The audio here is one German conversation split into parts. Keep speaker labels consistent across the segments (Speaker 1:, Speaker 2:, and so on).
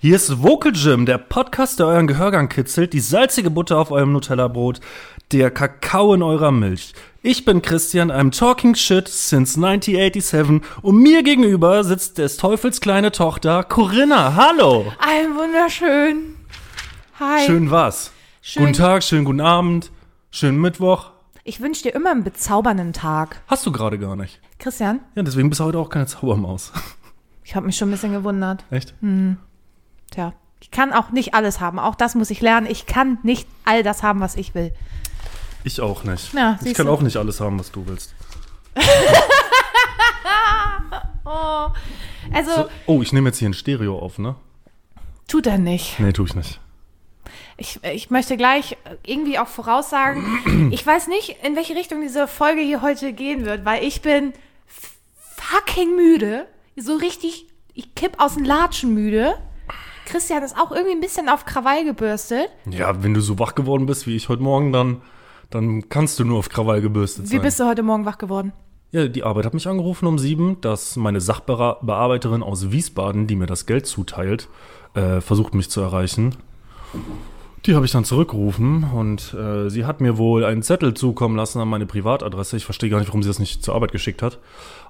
Speaker 1: Hier ist Vocal Gym, der Podcast, der euren Gehörgang kitzelt, die salzige Butter auf eurem Nutella-Brot, der Kakao in eurer Milch. Ich bin Christian, I'm talking shit since 1987 und mir gegenüber sitzt des Teufels kleine Tochter Corinna. Hallo!
Speaker 2: Ein wunderschön. Hi.
Speaker 1: Schön was?
Speaker 2: Schön.
Speaker 1: Guten Tag, schönen guten Abend, schönen Mittwoch.
Speaker 2: Ich wünsche dir immer einen bezaubernden Tag.
Speaker 1: Hast du gerade gar nicht.
Speaker 2: Christian,
Speaker 1: Ja, deswegen bist du heute auch keine Zaubermaus.
Speaker 2: ich habe mich schon ein bisschen gewundert.
Speaker 1: Echt?
Speaker 2: Tja, ich kann auch nicht alles haben. Auch das muss ich lernen. Ich kann nicht all das haben, was ich will.
Speaker 1: Ich auch nicht.
Speaker 2: Ja,
Speaker 1: ich
Speaker 2: siehst
Speaker 1: kann
Speaker 2: du.
Speaker 1: auch nicht alles haben, was du willst.
Speaker 2: Oh. Also,
Speaker 1: So, oh, ich nehme jetzt hier ein Stereo auf, ne?
Speaker 2: tut er nicht.
Speaker 1: Nee, tu ich nicht.
Speaker 2: Ich, ich möchte gleich irgendwie auch voraussagen, ich weiß nicht, in welche Richtung diese Folge hier heute gehen wird, weil ich bin f- fucking müde. So richtig, ich kipp aus den Latschen müde. Christian ist auch irgendwie ein bisschen auf Krawall gebürstet.
Speaker 1: Ja, wenn du so wach geworden bist wie ich heute Morgen, dann, dann kannst du nur auf Krawall gebürstet
Speaker 2: Wie
Speaker 1: sein.
Speaker 2: bist du heute Morgen wach geworden?
Speaker 1: ja, die Arbeit hat mich angerufen um sieben, dass meine Sachbearbeiterin aus Wiesbaden, die mir das Geld zuteilt, äh, versucht mich zu erreichen. Die habe ich dann zurückgerufen und äh, sie hat mir wohl einen Zettel zukommen lassen an meine Privatadresse. Ich verstehe gar nicht, warum sie das nicht zur Arbeit geschickt hat.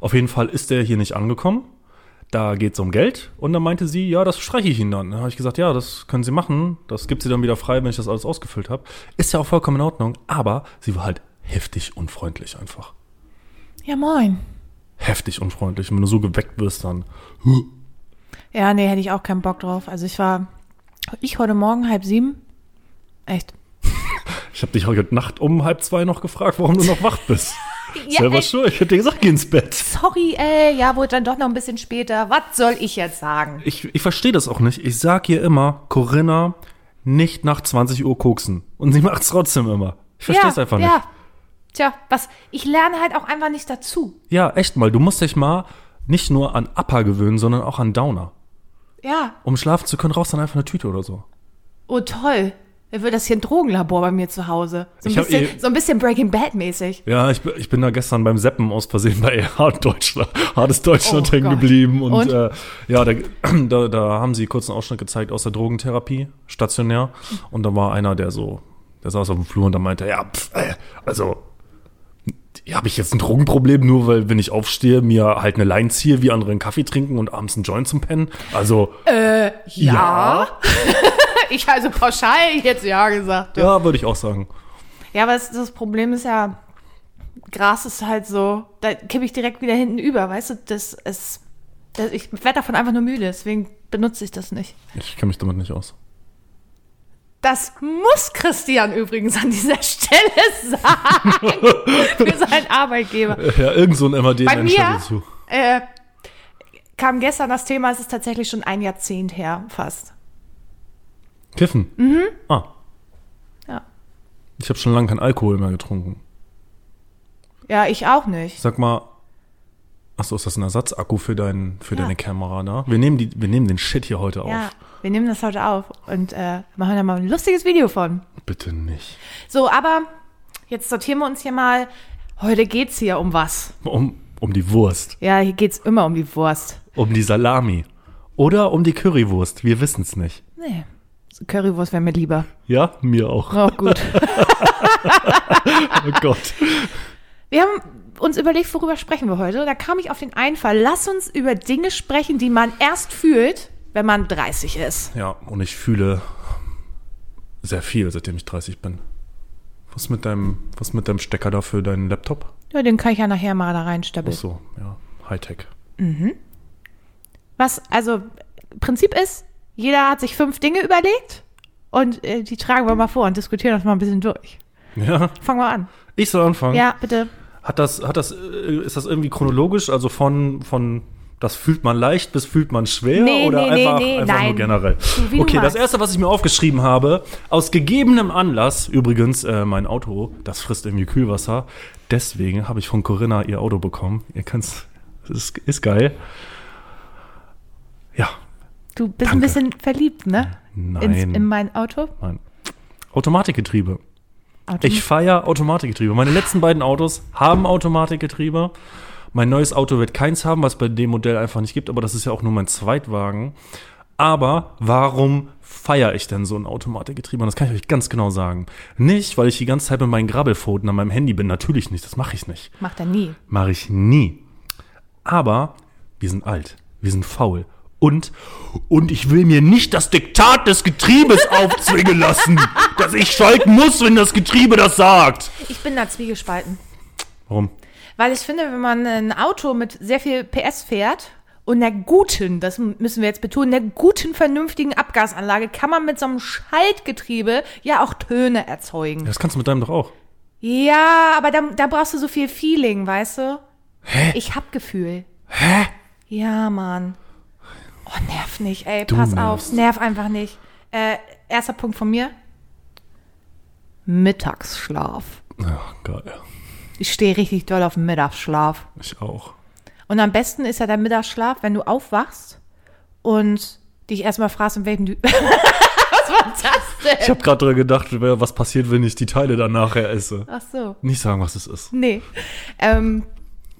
Speaker 1: Auf jeden Fall ist der hier nicht angekommen. Da geht es um Geld. Und dann meinte sie, ja, das streiche ich Ihnen dann. Da habe ich gesagt, ja, das können Sie machen. Das gibt sie dann wieder frei, wenn ich das alles ausgefüllt habe. Ist ja auch vollkommen in Ordnung. Aber sie war halt heftig unfreundlich einfach.
Speaker 2: Ja, moin.
Speaker 1: Heftig unfreundlich. Und wenn du so geweckt wirst, dann.
Speaker 2: Ja, nee, hätte ich auch keinen Bock drauf. Also ich war, ich heute Morgen halb sieben. Echt.
Speaker 1: Ich habe dich heute Nacht um halb zwei noch gefragt, warum du noch wach bist. Selber
Speaker 2: ey.
Speaker 1: schuld. Ich hätte dir gesagt, geh ins Bett.
Speaker 2: äh, Sorry, ey, ja, wurde dann doch noch ein bisschen später. Was soll ich jetzt sagen?
Speaker 1: Ich, ich verstehe das auch nicht. Ich sag ihr immer, Corinna, nicht nach 20 Uhr koksen. Und sie macht's trotzdem immer. Ich verstehe es
Speaker 2: ja,
Speaker 1: einfach
Speaker 2: ja.
Speaker 1: nicht.
Speaker 2: Tja, was, ich lerne halt auch einfach nicht dazu.
Speaker 1: Ja, echt mal. Du musst dich mal nicht nur an Upper gewöhnen, sondern auch an Downer.
Speaker 2: Ja,
Speaker 1: Um schlafen zu können, rauchst du dann einfach eine Tüte oder so.
Speaker 2: oh toll. Dann wird das hier ein Drogenlabor bei mir zu Hause. So ein,
Speaker 1: Ich hab
Speaker 2: bisschen,
Speaker 1: eh-
Speaker 2: so ein bisschen Breaking Bad mäßig.
Speaker 1: Ja, ich, bin- ich bin da gestern beim Seppen aus Versehen bei Hard Deutschland, hartes Deutschland
Speaker 2: Oh
Speaker 1: hängen
Speaker 2: Gott.
Speaker 1: geblieben. Und,
Speaker 2: Und?
Speaker 1: Äh, ja, da, da, da haben sie kurz einen Ausschnitt gezeigt aus der Drogentherapie, stationär. Und da war einer, der so, der saß auf dem Flur und da meinte, ja, pf, äh, also habe ich jetzt ein Drogenproblem, nur weil, wenn ich aufstehe, mir halt eine Lein ziehe, wie andere einen Kaffee trinken und abends einen Joint zum Pennen. Also,
Speaker 2: Äh,
Speaker 1: ja.
Speaker 2: Ich also pauschal jetzt ja gesagt.
Speaker 1: ja, würde ich auch sagen.
Speaker 2: Ja, aber das, das Problem ist ja, Gras ist halt so, da kippe ich direkt wieder hinten über, weißt du, das ist, das, ich werde davon einfach nur müde, deswegen benutze ich das nicht.
Speaker 1: Ich kenne mich damit nicht aus.
Speaker 2: Das muss Christian übrigens an dieser Stelle sagen für seinen Arbeitgeber.
Speaker 1: Äh, Ja, irgend so ein MAD
Speaker 2: Bei
Speaker 1: Mensch
Speaker 2: mir
Speaker 1: hat dazu.
Speaker 2: äh, kam gestern das Thema, es ist tatsächlich schon ein Jahrzehnt her fast.
Speaker 1: Kiffen? Mhm. Ah.
Speaker 2: Ja,
Speaker 1: Ich habe schon lange keinen Alkohol mehr getrunken.
Speaker 2: ja ich auch nicht.
Speaker 1: Sag mal, achso, ist das ein Ersatzakku für, deinen, für deine Kamera da? Wir nehmen, die, wir nehmen den Shit hier heute
Speaker 2: Ja,
Speaker 1: auf.
Speaker 2: wir nehmen das heute auf und äh, machen da mal ein lustiges Video von.
Speaker 1: Bitte nicht.
Speaker 2: So, aber jetzt sortieren wir uns hier mal. Heute geht's hier um was?
Speaker 1: Um, um die Wurst,
Speaker 2: Ja, hier geht's immer um die Wurst.
Speaker 1: um die Salami oder um die Currywurst. Wir wissen es nicht.
Speaker 2: Nee. Currywurst wäre mir lieber.
Speaker 1: Ja, mir auch.
Speaker 2: Oh, gut.
Speaker 1: Oh Gott.
Speaker 2: Wir haben uns überlegt, worüber sprechen wir heute. Da kam ich auf den Einfall, lass uns über Dinge sprechen, die man erst fühlt, wenn man 30 ist.
Speaker 1: Ja, und ich fühle sehr viel, seitdem ich 30 bin. Was mit deinem, was mit deinem Stecker da für deinen Laptop?
Speaker 2: Ja, den kann ich ja nachher mal da reinstempeln.
Speaker 1: So, ja, Hightech.
Speaker 2: Was, also, Prinzip ist, jeder hat sich fünf Dinge überlegt und äh, die tragen wir mal vor und diskutieren das mal ein bisschen durch.
Speaker 1: Ja,
Speaker 2: Fangen wir an.
Speaker 1: ich soll anfangen.
Speaker 2: Ja, bitte.
Speaker 1: Hat das, hat das, äh, ist das irgendwie chronologisch? Also von, von das fühlt man leicht bis fühlt man schwer
Speaker 2: Nee,
Speaker 1: oder
Speaker 2: nee, nee,
Speaker 1: einfach,
Speaker 2: nee,
Speaker 1: einfach nur
Speaker 2: nein.
Speaker 1: generell?
Speaker 2: wie du
Speaker 1: okay, das
Speaker 2: magst.
Speaker 1: erste, was ich mir aufgeschrieben habe, aus gegebenem Anlass, übrigens, äh, mein Auto, das frisst irgendwie Kühlwasser. Deswegen habe ich von Corinna ihr Auto bekommen. Ihr kannst, es ist, ist geil. Ja,
Speaker 2: Du bist ein
Speaker 1: Danke.
Speaker 2: bisschen verliebt, ne? Ins,
Speaker 1: nein,
Speaker 2: in mein Auto.
Speaker 1: nein. Automatikgetriebe.
Speaker 2: Auto
Speaker 1: Ich feiere Automatikgetriebe. Meine letzten beiden Autos haben Automatikgetriebe. Mein neues Auto wird keins haben, was bei dem Modell einfach nicht gibt, aber das ist ja auch nur mein Zweitwagen. Aber warum feiere ich denn so ein Automatikgetriebe? Und das kann ich euch ganz genau sagen. Nicht, weil ich die ganze Zeit mit meinen Grabbelpfoten an meinem Handy bin. Natürlich nicht, das mache ich nicht.
Speaker 2: Macht er nie.
Speaker 1: Mache ich nie. Aber wir sind alt, wir sind faul. Und, und ich will mir nicht das Diktat des Getriebes aufzwingen lassen, dass ich schalten muss, wenn das Getriebe das sagt.
Speaker 2: Ich bin da zwiegespalten.
Speaker 1: Warum?
Speaker 2: Weil ich finde, wenn man ein Auto mit sehr viel PS fährt und einer guten, das müssen wir jetzt betonen, einer guten, vernünftigen Abgasanlage kann man mit so einem Schaltgetriebe ja auch Töne erzeugen.
Speaker 1: Das kannst du mit deinem doch auch.
Speaker 2: Ja, aber da, da brauchst du so viel Feeling, weißt du? Hä? Ich hab Gefühl.
Speaker 1: Hä?
Speaker 2: Ja, Mann. Oh, nerv nicht, ey.
Speaker 1: Du
Speaker 2: Pass auf.
Speaker 1: nervst.
Speaker 2: Nerv einfach nicht. Äh, erster Punkt von mir. Mittagsschlaf.
Speaker 1: Ach, geil.
Speaker 2: Ich stehe richtig doll auf den Mittagsschlaf.
Speaker 1: Ich auch.
Speaker 2: Und am besten ist ja der Mittagsschlaf, wenn du aufwachst und dich erstmal fragst, in welchem du. Was war das denn?
Speaker 1: Ich habe gerade dran gedacht, wer- was passiert, wenn ich die Teile dann nachher esse.
Speaker 2: Ach so.
Speaker 1: Nicht sagen, was es ist.
Speaker 2: Nee. Ähm,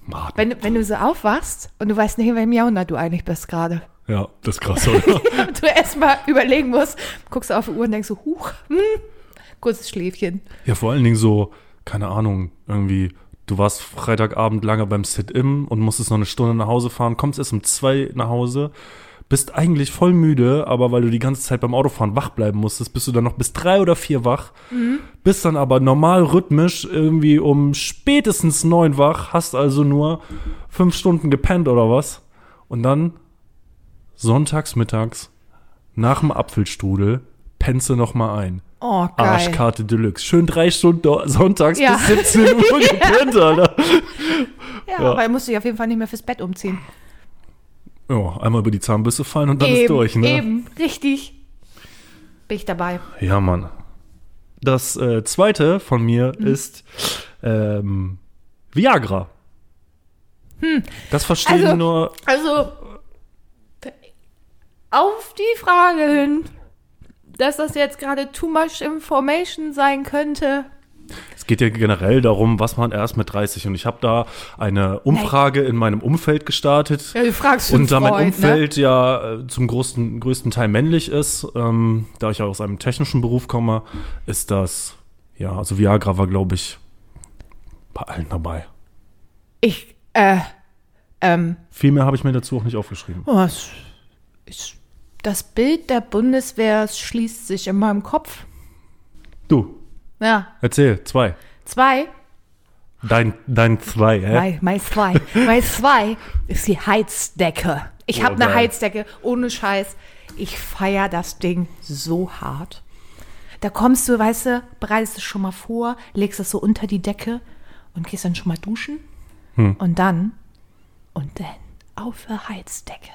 Speaker 1: Martin.
Speaker 2: wenn, du- wenn du so aufwachst und du weißt nicht, in welchem Jahrhundert du eigentlich bist gerade.
Speaker 1: ja, das ist krass, oder?
Speaker 2: Und du erstmal überlegen musst, guckst du auf die Uhr und denkst so, huch, hm, kurzes Schläfchen.
Speaker 1: ja, vor allen Dingen so, keine Ahnung, irgendwie, du warst Freitagabend lange beim Sit-In und musstest noch eine Stunde nach Hause fahren, kommst erst um zwei nach Hause, bist eigentlich voll müde, aber weil du die ganze Zeit beim Autofahren wach bleiben musstest, bist du dann noch bis drei oder vier wach, bist dann aber normal rhythmisch irgendwie um spätestens neun wach, hast also nur fünf Stunden gepennt oder was. Und dann sonntags mittags nach dem Apfelstrudel pennst du noch mal ein.
Speaker 2: Oh,
Speaker 1: Ah,
Speaker 2: geil.
Speaker 1: Arschkarte Deluxe. Schön drei Stunden do- sonntags
Speaker 2: Ja.
Speaker 1: bis 17 Uhr gepennt, Alter.
Speaker 2: Ja,
Speaker 1: Ja.
Speaker 2: weil musst du dich auf jeden Fall nicht mehr fürs Bett umziehen.
Speaker 1: Ja, einmal über die Zahnbüsse fallen und dann
Speaker 2: eben,
Speaker 1: ist durch, ne?
Speaker 2: Eben, richtig. Bin ich dabei.
Speaker 1: Ja, Mann. Das äh, zweite von mir
Speaker 2: Hm.
Speaker 1: ist ähm, Viagra. Das verstehen
Speaker 2: Hm. Also-
Speaker 1: nur.
Speaker 2: Also, auf die Frage hin, dass das jetzt gerade too much information sein könnte.
Speaker 1: Es geht ja generell darum, was man erst mit 30. Und ich habe da eine Umfrage in meinem Umfeld gestartet.
Speaker 2: Ja, du fragst ne?
Speaker 1: Und ne? da mein Umfeld ja äh, zum größten, größten Teil männlich ist, ähm, da ich ja aus einem technischen Beruf komme, ist das, ja, also Viagra war, glaube ich, bei allen dabei.
Speaker 2: Ich, äh, ähm,
Speaker 1: Viel mehr habe ich mir dazu auch nicht aufgeschrieben.
Speaker 2: oh, es- ich, das Bild der Bundeswehr schließt sich in meinem Kopf.
Speaker 1: Du,
Speaker 2: Ja,
Speaker 1: erzähl, zwei.
Speaker 2: zwei.
Speaker 1: Dein, dein zwei, hä?
Speaker 2: Mein, mein zwei. mein zwei ist die Heizdecke. Ich
Speaker 1: Oh,
Speaker 2: habe eine
Speaker 1: geil.
Speaker 2: Heizdecke, ohne Scheiß. Ich feier das Ding so hart. Da kommst du, weißt du, bereitest es schon mal vor, legst es so unter die Decke und gehst dann schon mal duschen.
Speaker 1: Hm.
Speaker 2: Und dann, und dann auf der Heizdecke.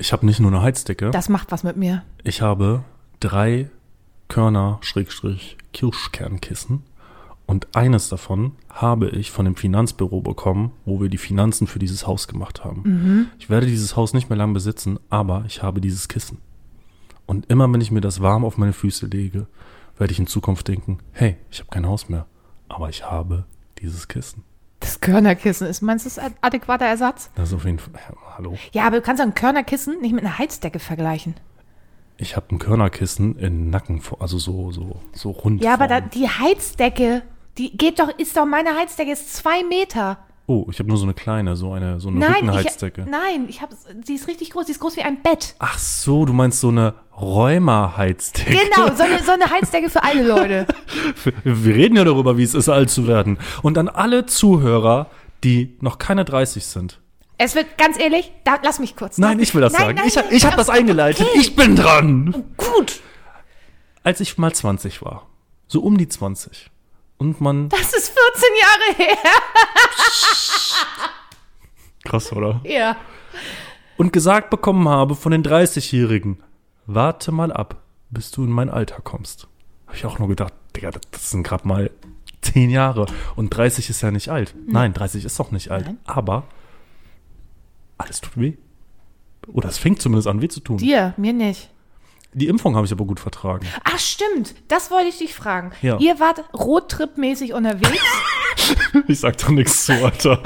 Speaker 1: Ich habe nicht nur eine Heizdecke,
Speaker 2: Das macht was mit mir.
Speaker 1: ich habe drei Körner, Schrägstrich, Kirschkernkissen. Und eines davon habe ich von dem Finanzbüro bekommen, wo wir die Finanzen für dieses Haus gemacht haben.
Speaker 2: Mhm.
Speaker 1: Ich werde dieses Haus nicht mehr lang besitzen, aber ich habe dieses Kissen. Und immer wenn ich mir das warm auf meine Füße lege, werde ich in Zukunft denken, hey, ich habe kein Haus mehr, aber ich habe dieses Kissen.
Speaker 2: Das Körnerkissen ist, meinst du, das ist ein adäquater Ersatz?
Speaker 1: Das ist auf jeden Fall, ja, hallo.
Speaker 2: Ja, aber du kannst auch ein Körnerkissen nicht mit einer Heizdecke vergleichen.
Speaker 1: Ich habe ein Körnerkissen in Nacken, also so, so, so rund.
Speaker 2: Ja, aber da,
Speaker 1: vorn.
Speaker 2: die Heizdecke, die geht doch, ist doch meine Heizdecke, ist zwei Meter.
Speaker 1: Oh, ich habe nur so eine kleine, so eine, so eine
Speaker 2: Nein, ich,
Speaker 1: Rückenheizdecke.
Speaker 2: nein, ich habe, die ist richtig groß, die ist groß wie ein Bett.
Speaker 1: Ach so, du meinst so eine Rheuma-Heizdecke.
Speaker 2: Genau, so eine, so eine Heizdecke für alle Leute.
Speaker 1: Wir reden ja darüber, wie es ist, alt zu werden. Und an alle Zuhörer, die noch keine 30 sind.
Speaker 2: Es wird, ganz ehrlich, da, lass mich kurz.
Speaker 1: Nein, ich will das
Speaker 2: Nein,
Speaker 1: sagen.
Speaker 2: nein,
Speaker 1: ich
Speaker 2: nein,
Speaker 1: ich habe das eingeleitet. Ich bin dran.
Speaker 2: Gut,
Speaker 1: Als ich mal 20 war, so um die 20, und man.
Speaker 2: das ist 14 Jahre her.
Speaker 1: Krass, oder?
Speaker 2: Ja.
Speaker 1: Und gesagt bekommen habe von den 30-Jährigen, warte mal ab, bis du in mein Alter kommst. Habe ich auch nur gedacht, Digga, das sind gerade mal 10 Jahre. Und 30 ist ja nicht alt. Nein, 30 ist doch nicht alt.
Speaker 2: Nein.
Speaker 1: Aber alles tut weh. Oder es fängt zumindest an, weh zu tun. Die,
Speaker 2: Dir, mir nicht.
Speaker 1: Impfung habe ich aber gut vertragen.
Speaker 2: Ach, stimmt, das wollte ich dich fragen.
Speaker 1: Ja.
Speaker 2: Ihr wart Roadtrip-mäßig unterwegs.
Speaker 1: Ich sag da nichts zu, Alter.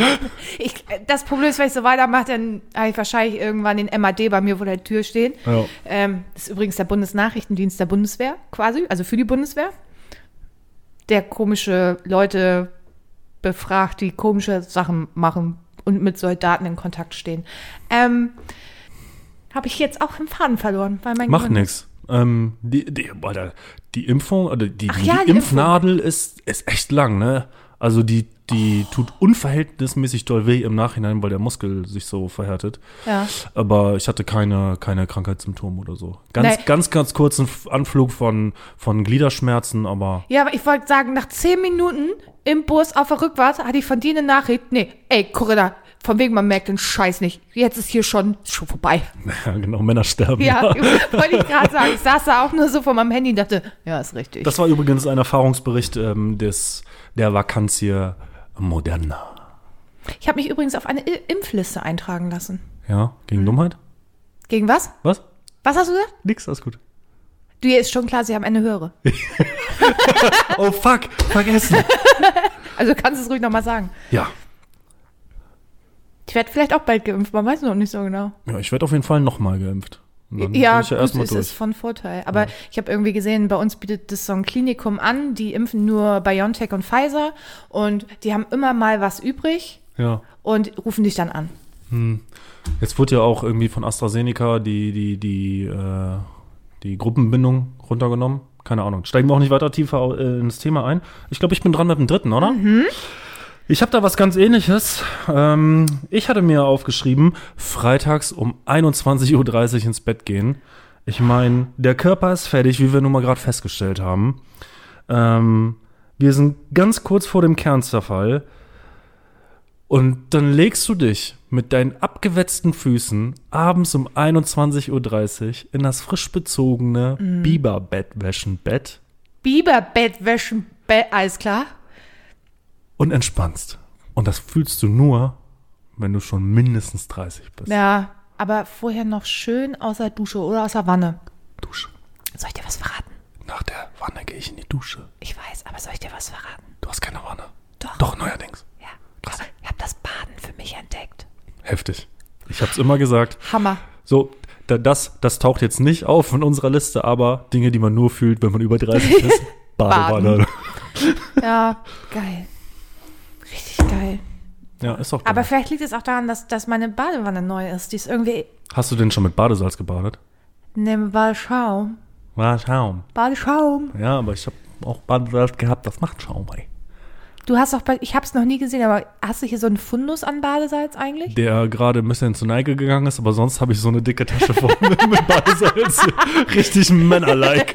Speaker 2: Ich, das Problem ist, wenn ich so weitermache, dann habe ich wahrscheinlich irgendwann den MAD bei mir vor der Tür stehen.
Speaker 1: Ja.
Speaker 2: Ähm, das ist übrigens der Bundesnachrichtendienst der Bundeswehr quasi, also für die Bundeswehr. Der komische Leute befragt, die komische Sachen machen und mit Soldaten in Kontakt stehen. Ähm, habe ich jetzt auch im Faden verloren, weil mein
Speaker 1: Macht
Speaker 2: Gehirn-
Speaker 1: nix. Ähm, die, die, Alter, die Impfung, oder die,
Speaker 2: Ach
Speaker 1: die,
Speaker 2: ja, die
Speaker 1: Impfnadel Ist, ist echt lang, ne? Also die, die
Speaker 2: Oh.
Speaker 1: tut unverhältnismäßig doll weh im Nachhinein, weil der Muskel sich so verhärtet.
Speaker 2: Ja.
Speaker 1: Aber ich hatte keine, keine Krankheitssymptome oder so. Ganz,
Speaker 2: Nee.
Speaker 1: ganz, ganz kurzen F- Anflug von, von Gliederschmerzen, aber
Speaker 2: Ja, aber ich wollte sagen, nach zehn Minuten im Bus auf der Rückfahrt hatte ich von dir eine Nachricht. Nee, ey, Corinna, von wegen, man merkt den Scheiß nicht. Jetzt ist hier schon, ist schon vorbei.
Speaker 1: ja, genau, Männer sterben.
Speaker 2: Ja, wollte ich gerade sagen. Ich saß da auch nur so vor meinem Handy und dachte, ja, ist richtig.
Speaker 1: Das war übrigens ein Erfahrungsbericht ähm, des, der Vakanz hier Moderna.
Speaker 2: ich habe mich übrigens auf eine I Impfliste eintragen lassen.
Speaker 1: Ja, gegen Dummheit?
Speaker 2: Gegen was?
Speaker 1: Was?
Speaker 2: Was hast du gesagt?
Speaker 1: Nix, alles gut.
Speaker 2: Du, ihr ist schon klar, sie am Ende höre. Ah.
Speaker 1: Oh fuck, vergessen.
Speaker 2: Also kannst du es ruhig nochmal sagen.
Speaker 1: ja.
Speaker 2: Ich werde vielleicht auch bald geimpft, man weiß noch nicht so genau.
Speaker 1: ja, ich werde auf jeden Fall nochmal geimpft. Und dann
Speaker 2: Ja,
Speaker 1: bin ich
Speaker 2: gut,
Speaker 1: ja erstmal
Speaker 2: es
Speaker 1: durch.
Speaker 2: ist von Vorteil. Aber ich habe irgendwie gesehen, bei uns bietet das so ein Klinikum an, die impfen nur BioNTech und Pfizer und die haben immer mal was übrig
Speaker 1: ja.
Speaker 2: und rufen dich dann an.
Speaker 1: Jetzt wurde ja auch irgendwie von AstraZeneca die, die, die, äh, die Gruppenbindung runtergenommen. Keine Ahnung. Steigen wir auch nicht weiter tiefer äh, ins Thema ein. Ich glaube, ich bin dran mit dem dritten, oder? Ich habe da was ganz ähnliches. Ähm, ich hatte mir aufgeschrieben, freitags um 21.30 Uhr ins Bett gehen. Ich meine, der Körper ist fertig, wie wir nun mal gerade festgestellt haben. Ähm, wir sind ganz kurz vor dem Kernzerfall. Und dann legst du dich mit deinen abgewetzten Füßen abends um 21.30 Uhr in das frisch bezogene
Speaker 2: Mhm.
Speaker 1: Biberbettwäschenbett
Speaker 2: Biberbett wäschen, Be alles klar?
Speaker 1: und entspannst. Und das fühlst du nur, wenn du schon mindestens 30 bist.
Speaker 2: Ja, aber vorher noch schön aus der Dusche oder aus der Wanne.
Speaker 1: Dusche.
Speaker 2: Soll ich dir was verraten?
Speaker 1: Nach der Wanne gehe ich in die Dusche.
Speaker 2: Ich weiß, aber soll ich dir was verraten?
Speaker 1: Du hast keine Wanne.
Speaker 2: Doch.
Speaker 1: Doch, neuerdings.
Speaker 2: Ja. Aber ich habe das Baden für mich entdeckt.
Speaker 1: Heftig. Ich hab's immer gesagt.
Speaker 2: Hammer.
Speaker 1: So, da, das, das taucht jetzt nicht auf in unserer Liste, aber Dinge, die man nur fühlt, wenn man über 30 ist. Badewanne.
Speaker 2: Ja, geil. Richtig geil.
Speaker 1: Ja, ist doch geil.
Speaker 2: Aber vielleicht liegt es auch daran, dass, dass meine Badewanne neu ist. Die ist irgendwie
Speaker 1: Hast du denn schon mit Badesalz gebadet?
Speaker 2: Nimm Badeschaum.
Speaker 1: War Schaum.
Speaker 2: Badeschaum.
Speaker 1: Ja, aber ich habe auch Badesalz gehabt, das macht Schaum, ey.
Speaker 2: Du hast auch, bei- ich hab's noch nie gesehen, aber hast du hier so einen Fundus an Badesalz eigentlich?
Speaker 1: Der gerade ein bisschen zur Neige gegangen ist, aber sonst habe ich so eine dicke Tasche voll mit mit Badesalz. Richtig Männerlike.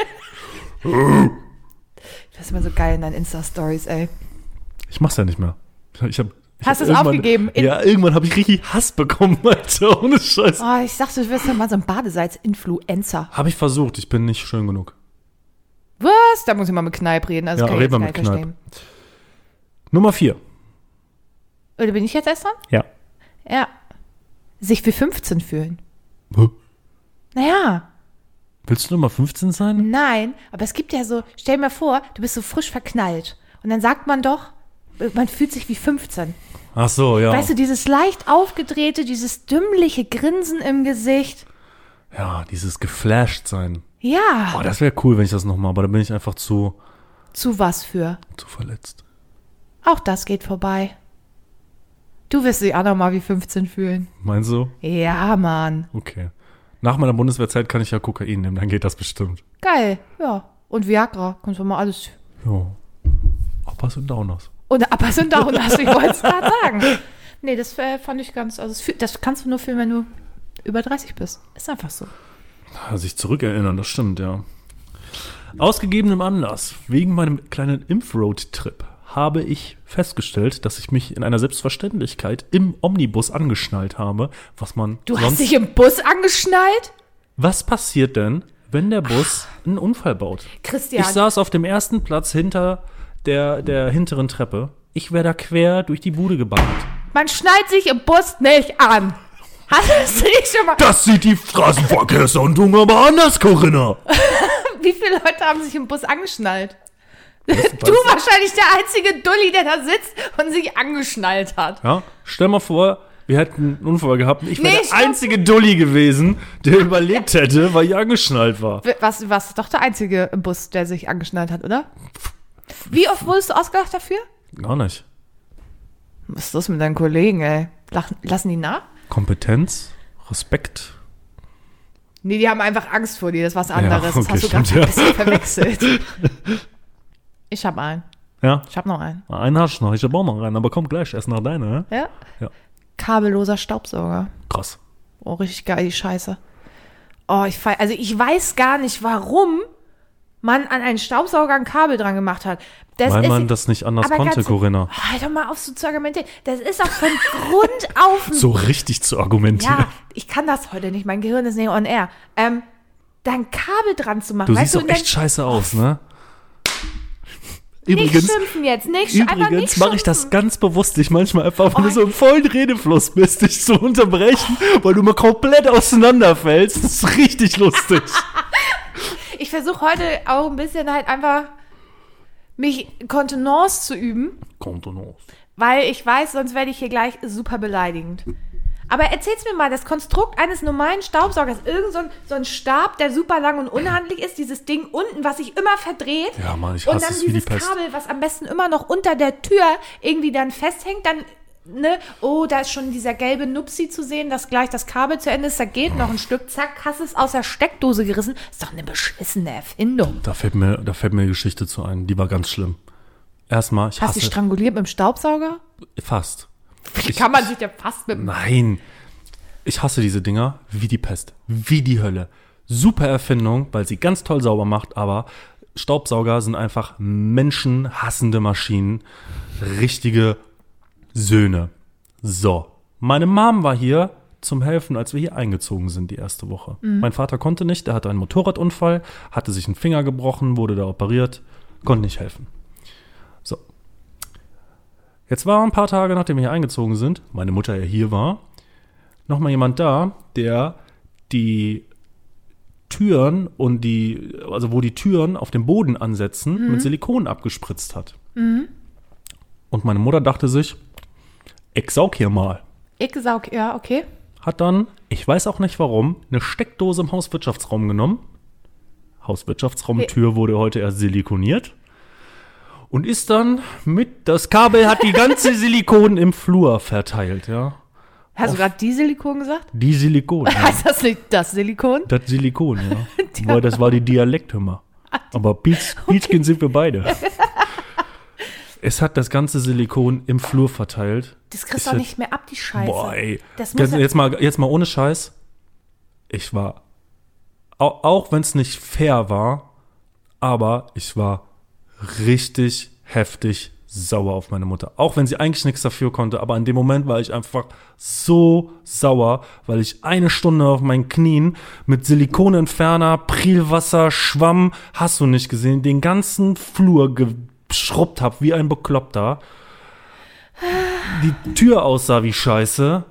Speaker 2: Das ist immer so geil in deinen Insta-Stories, ey.
Speaker 1: Ich mach's ja nicht mehr. Ich hab, ich
Speaker 2: Hast
Speaker 1: hab
Speaker 2: du's
Speaker 1: irgendwann-
Speaker 2: aufgegeben? In-
Speaker 1: ja, irgendwann habe ich richtig Hass bekommen, Alter, ohne Scheiß.
Speaker 2: Oh, ich dachte, du wirst ja mal so ein Badesalz-Influencer.
Speaker 1: Habe ich versucht, ich bin nicht schön genug.
Speaker 2: Was? Da muss ich mal mit Kneip reden. Also
Speaker 1: Ja,
Speaker 2: kann ich
Speaker 1: red
Speaker 2: jetzt
Speaker 1: mal
Speaker 2: gar
Speaker 1: mit
Speaker 2: nicht
Speaker 1: Kneip.
Speaker 2: verstehen.
Speaker 1: Nummer vier.
Speaker 2: Oder bin ich jetzt erst dran?
Speaker 1: Ja.
Speaker 2: Ja. Sich wie 15 fühlen.
Speaker 1: Hä?
Speaker 2: Naja,
Speaker 1: Willst du Nummer 15 sein?
Speaker 2: nein, aber es gibt ja so, stell mir vor, du bist so frisch verknallt. Und dann sagt man doch, man fühlt sich wie 15.
Speaker 1: Ach so, ja.
Speaker 2: Weißt du, dieses leicht aufgedrehte, dieses dümmliche Grinsen im Gesicht.
Speaker 1: ja, dieses geflasht sein.
Speaker 2: Ja,
Speaker 1: Oh, das wäre cool, wenn ich das nochmal, aber da bin ich einfach zu,
Speaker 2: zu was für.
Speaker 1: zu verletzt.
Speaker 2: Auch das geht vorbei. Du wirst dich auch noch mal wie 15 fühlen.
Speaker 1: Meinst du?
Speaker 2: Ja, Mann.
Speaker 1: Okay. Nach meiner Bundeswehrzeit kann ich ja Kokain nehmen, dann geht das bestimmt.
Speaker 2: Geil, ja. Und Viagra, kannst du mal alles.
Speaker 1: Ja. Uppers und Downers.
Speaker 2: Und Uppers und Downers, ich wollte es gerade sagen. Nee, das äh, fand ich ganz, also das, fühl- das kannst du nur fühlen, wenn du über 30 bist. Ist einfach so.
Speaker 1: Ja, Ah, sich zurückerinnern, das stimmt, ja. Ausgegebenem Anlass, wegen meinem kleinen Impfroad-Trip, habe ich festgestellt, dass ich mich in einer Selbstverständlichkeit im Omnibus angeschnallt habe, was man
Speaker 2: Du hast
Speaker 1: sonst...
Speaker 2: dich im Bus angeschnallt?
Speaker 1: was passiert denn, wenn der Bus einen Unfall baut?
Speaker 2: Christian.
Speaker 1: Ich saß auf dem ersten Platz hinter der, der hinteren Treppe. Ich wäre da quer durch die Bude geballert.
Speaker 2: Man schnallt sich im Bus nicht an. Hast du dich schon mal.
Speaker 1: Das sieht die Straßenverkehrssondung aber anders, Corinna.
Speaker 2: Wie viele Leute haben sich im Bus angeschnallt? Du wahrscheinlich der einzige Dulli, der da sitzt und sich angeschnallt hat.
Speaker 1: Ja, stell mal vor, wir hätten einen Unfall gehabt und ich wäre
Speaker 2: Nee,
Speaker 1: der
Speaker 2: stopp.
Speaker 1: einzige Dulli gewesen, der überlebt hätte, weil ich angeschnallt war.
Speaker 2: W- Was, du warst doch der einzige im Bus, der sich angeschnallt hat, oder? Wie oft wurdest du ausgelacht dafür?
Speaker 1: Gar nicht.
Speaker 2: Was ist das mit deinen Kollegen, ey? Lachen, lassen die nach?
Speaker 1: Kompetenz, Respekt.
Speaker 2: Nee, die haben einfach Angst vor dir, das ist was anderes. das
Speaker 1: okay,
Speaker 2: hast du
Speaker 1: stimmt,
Speaker 2: gerade ein
Speaker 1: ja.
Speaker 2: bisschen verwechselt. Ich hab einen.
Speaker 1: Ja,
Speaker 2: Ich hab noch einen.
Speaker 1: einen hast du noch, ich hab auch noch einen, aber komm gleich, erst nach deiner. ne?
Speaker 2: Ja?
Speaker 1: Ja.
Speaker 2: Kabelloser Staubsauger.
Speaker 1: Krass.
Speaker 2: Oh, richtig geil, die Scheiße. Oh, ich fei also ich weiß gar nicht, warum man an einen Staubsauger ein Kabel dran gemacht hat. Das
Speaker 1: Weil
Speaker 2: ist-
Speaker 1: man das nicht anders
Speaker 2: aber
Speaker 1: konnte,
Speaker 2: ganz-
Speaker 1: Corinna.
Speaker 2: Halt doch mal auf so zu argumentieren. Das ist auch von Grund auf. ein-
Speaker 1: So richtig zu argumentieren.
Speaker 2: Ja, ich kann das heute nicht. Mein Gehirn ist nicht on air. Ähm, da ein Kabel dran zu machen.
Speaker 1: Du
Speaker 2: weißt
Speaker 1: siehst
Speaker 2: du,
Speaker 1: doch echt
Speaker 2: dann-
Speaker 1: scheiße aus, ne?
Speaker 2: nicht
Speaker 1: Übrigens,
Speaker 2: schimpfen jetzt. Nicht, sch- einfach
Speaker 1: übrigens
Speaker 2: nicht
Speaker 1: mache ich das ganz bewusst nicht manchmal einfach, wenn
Speaker 2: Oh,
Speaker 1: du so im vollen Redefluss bist, dich zu unterbrechen, weil du mal komplett auseinanderfällst. Das ist richtig lustig.
Speaker 2: schimpfen. Ich versuche heute auch ein bisschen halt einfach mich Kontenance zu üben.
Speaker 1: Kontenance.
Speaker 2: Weil ich weiß, sonst werde ich hier gleich super beleidigend. Aber erzähl's mir mal, das Konstrukt eines normalen Staubsaugers, irgend so ein, so ein Stab, der super lang und unhandlich ist, dieses Ding unten, was sich immer verdreht.
Speaker 1: Ja, Mann, ich
Speaker 2: Und
Speaker 1: hasse
Speaker 2: dann
Speaker 1: es wie die
Speaker 2: dieses
Speaker 1: Pest.
Speaker 2: Kabel, was am besten immer noch unter der Tür irgendwie dann festhängt, dann, ne, oh, da ist schon dieser gelbe Nupsi zu sehen, dass gleich das Kabel zu Ende ist, da geht noch ein Stück, zack, hast es aus der Steckdose gerissen. Ist doch eine beschissene Erfindung.
Speaker 1: Da fällt mir, da fällt mir eine Geschichte zu ein, die war ganz schlimm. Erstmal, ich
Speaker 2: Hast du
Speaker 1: hasse
Speaker 2: dich stranguliert mit dem Staubsauger?
Speaker 1: fast.
Speaker 2: Wie kann man sich ja fast mit dem
Speaker 1: Nein. Ich hasse diese Dinger wie die Pest, wie die Hölle. Super Erfindung, weil sie ganz toll sauber macht, aber Staubsauger sind einfach menschenhassende Maschinen, richtige Söhne. So, meine Mom war hier zum Helfen, als wir hier eingezogen sind die erste Woche. Mein Vater konnte nicht, der hatte einen Motorradunfall, hatte sich einen Finger gebrochen, wurde da operiert, konnte nicht helfen. So, Jetzt war ein paar Tage, nachdem wir hier eingezogen sind, meine Mutter ja hier war, nochmal jemand da, der die Türen und die, also wo die Türen auf dem Boden ansetzen, mit Silikon abgespritzt hat. Und meine Mutter dachte sich, ich saug hier mal.
Speaker 2: Ich saug, ja, okay.
Speaker 1: Hat dann, ich weiß auch nicht warum, eine Steckdose im Hauswirtschaftsraum genommen. Hauswirtschaftsraumtür wurde heute erst silikoniert. Und ist dann mit, das Kabel hat die ganze Silikon im Flur verteilt, ja.
Speaker 2: Hast du gerade die Silikon gesagt?
Speaker 1: Die Silikon, ja.
Speaker 2: Heißt das nicht das Silikon?
Speaker 1: Das Silikon, ja. Weil das war die Dialekthümmer. Aber Beats, Beatskin sind wir beide. Es hat das ganze Silikon im Flur verteilt.
Speaker 2: Das kriegst
Speaker 1: Ich
Speaker 2: du auch
Speaker 1: hätt-
Speaker 2: nicht mehr ab, die Scheiße.
Speaker 1: Boah, ey.
Speaker 2: Das muss
Speaker 1: Ganz,
Speaker 2: ja-
Speaker 1: jetzt, mal, jetzt mal ohne Scheiß. Ich war, auch, auch wenn es nicht fair war, aber ich war richtig heftig sauer auf meine Mutter. Auch wenn sie eigentlich nichts dafür konnte, aber in dem Moment war ich einfach so sauer, weil ich eine Stunde auf meinen Knien mit Silikonentferner, Prilwasser, Schwamm, hast du nicht gesehen, den ganzen Flur geschrubbt habe wie ein Bekloppter die Tür aussah wie Scheiße,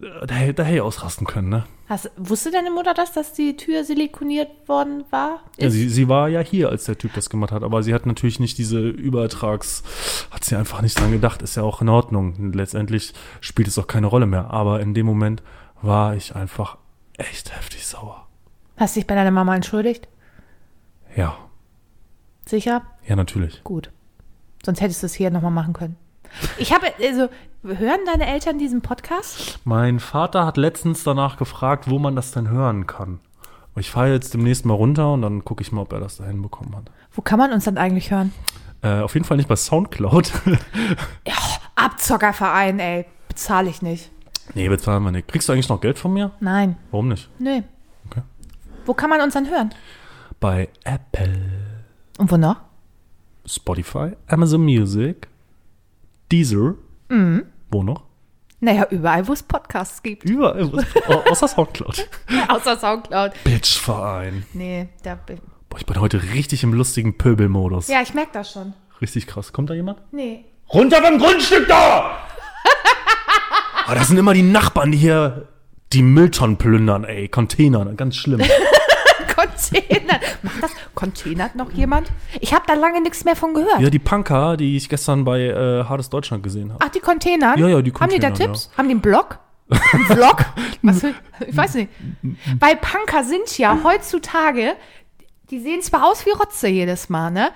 Speaker 1: da, hätt- da hätte ich ausrasten können, ne?
Speaker 2: Hast, wusste deine Mutter das, dass die Tür silikoniert worden war?
Speaker 1: Ja, sie, sie war ja hier, als der Typ das gemacht hat, aber sie hat natürlich nicht diese Übertrags, hat sie einfach nicht dran gedacht, ist ja auch in Ordnung. Letztendlich spielt es auch keine Rolle mehr, aber in dem Moment war ich einfach echt heftig sauer.
Speaker 2: Hast dich bei deiner Mama entschuldigt?
Speaker 1: Ja,
Speaker 2: Sicher?
Speaker 1: ja, natürlich.
Speaker 2: Gut. Sonst hättest du es hier nochmal machen können. Ich habe, also, hören deine Eltern diesen Podcast?
Speaker 1: Mein Vater hat letztens danach gefragt, wo man das denn hören kann. Ich fahre jetzt demnächst mal runter und dann gucke ich mal, ob er das da hinbekommen hat.
Speaker 2: Wo kann man uns dann eigentlich hören?
Speaker 1: Äh, auf jeden Fall nicht bei Soundcloud.
Speaker 2: Abzockerverein, ey. Bezahle ich nicht.
Speaker 1: Nee, bezahlen wir nicht. Kriegst du eigentlich noch Geld von mir?
Speaker 2: Nein.
Speaker 1: Warum nicht?
Speaker 2: Nö.
Speaker 1: Okay.
Speaker 2: Wo kann man uns dann hören?
Speaker 1: Bei Apple,
Speaker 2: Und wo noch?
Speaker 1: Spotify, Amazon Music, Deezer. Wo noch?
Speaker 2: Naja, überall, wo es Podcasts gibt.
Speaker 1: Überall. was- au- Außer Soundcloud.
Speaker 2: Außer Soundcloud.
Speaker 1: Bitchverein.
Speaker 2: Nee, da bin
Speaker 1: Boah, ich bin heute richtig im lustigen Pöbelmodus.
Speaker 2: Ja, ich merke das schon.
Speaker 1: Richtig krass. Kommt da jemand?
Speaker 2: Nee.
Speaker 1: Runter vom Grundstück da! Aber das Ah, sind immer die Nachbarn, die hier die Mülltonnen plündern, ey. Container, ganz schlimm.
Speaker 2: Containern. Macht das Containert noch jemand? Ich habe da lange nichts mehr von gehört.
Speaker 1: Ja, die Punker, die ich gestern bei äh, Hardes Deutschland gesehen habe.
Speaker 2: Ach, die Container?
Speaker 1: Ja, ja, die
Speaker 2: Haben die da
Speaker 1: Containern,
Speaker 2: Tipps? Haben die einen Blog? Einen Vlog? Was, für- ich weiß nicht. Weil Punker sind ja heutzutage, die sehen zwar aus wie Rotze jedes Mal, ne?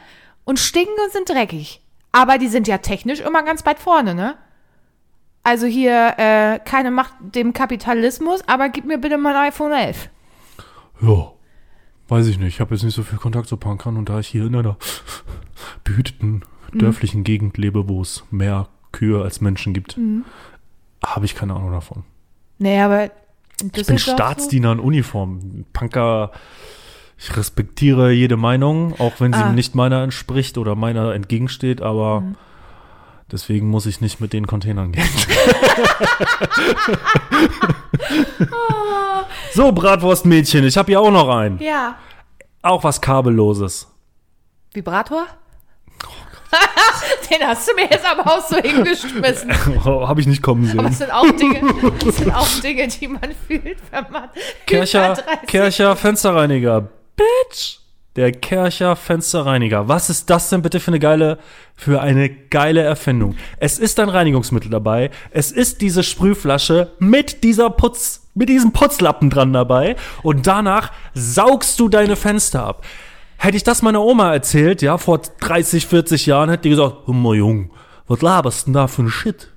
Speaker 2: Und stinken und sind dreckig. Aber die sind ja technisch immer ganz weit vorne, ne? Also hier, äh, keine Macht dem Kapitalismus, aber gib mir bitte mein iPhone 11.
Speaker 1: Ja. Weiß ich nicht. Ich habe jetzt nicht so viel Kontakt zu Punkern und da ich hier in einer behüteten, dörflichen Gegend lebe, wo es mehr Kühe als Menschen gibt, habe ich keine Ahnung davon.
Speaker 2: Nee, aber
Speaker 1: Ich bin Staatsdiener in Uniform. Punker, ich respektiere jede Meinung, auch wenn sie
Speaker 2: Ah.
Speaker 1: nicht meiner entspricht oder meiner entgegensteht, aber deswegen muss ich nicht mit den Containern gehen. so, Bratwurstmädchen, ich habe hier auch noch einen.
Speaker 2: Ja.
Speaker 1: Auch was Kabelloses.
Speaker 2: Vibrator?
Speaker 1: Oh
Speaker 2: Den hast du mir jetzt aber auch so hingeschmissen.
Speaker 1: habe Oh, ich nicht kommen
Speaker 2: Aber
Speaker 1: sehen.
Speaker 2: es sind auch Dinge, es sind auch Dinge, die man fühlt, wenn man
Speaker 1: Kercher,
Speaker 2: über 30
Speaker 1: Kercher Fensterreiniger. Bitch! Der Kercher Fensterreiniger. Was ist das denn bitte für eine geile, für eine geile Erfindung? Es ist ein Reinigungsmittel dabei. Es ist diese Sprühflasche mit dieser Putz, mit diesem Putzlappen dran dabei. Und danach saugst du deine Fenster ab. Hätte ich das meiner Oma erzählt, ja, vor 30, 40 Jahren, hätte die gesagt, hör mal, Jung, was laberst denn da für ein Shit?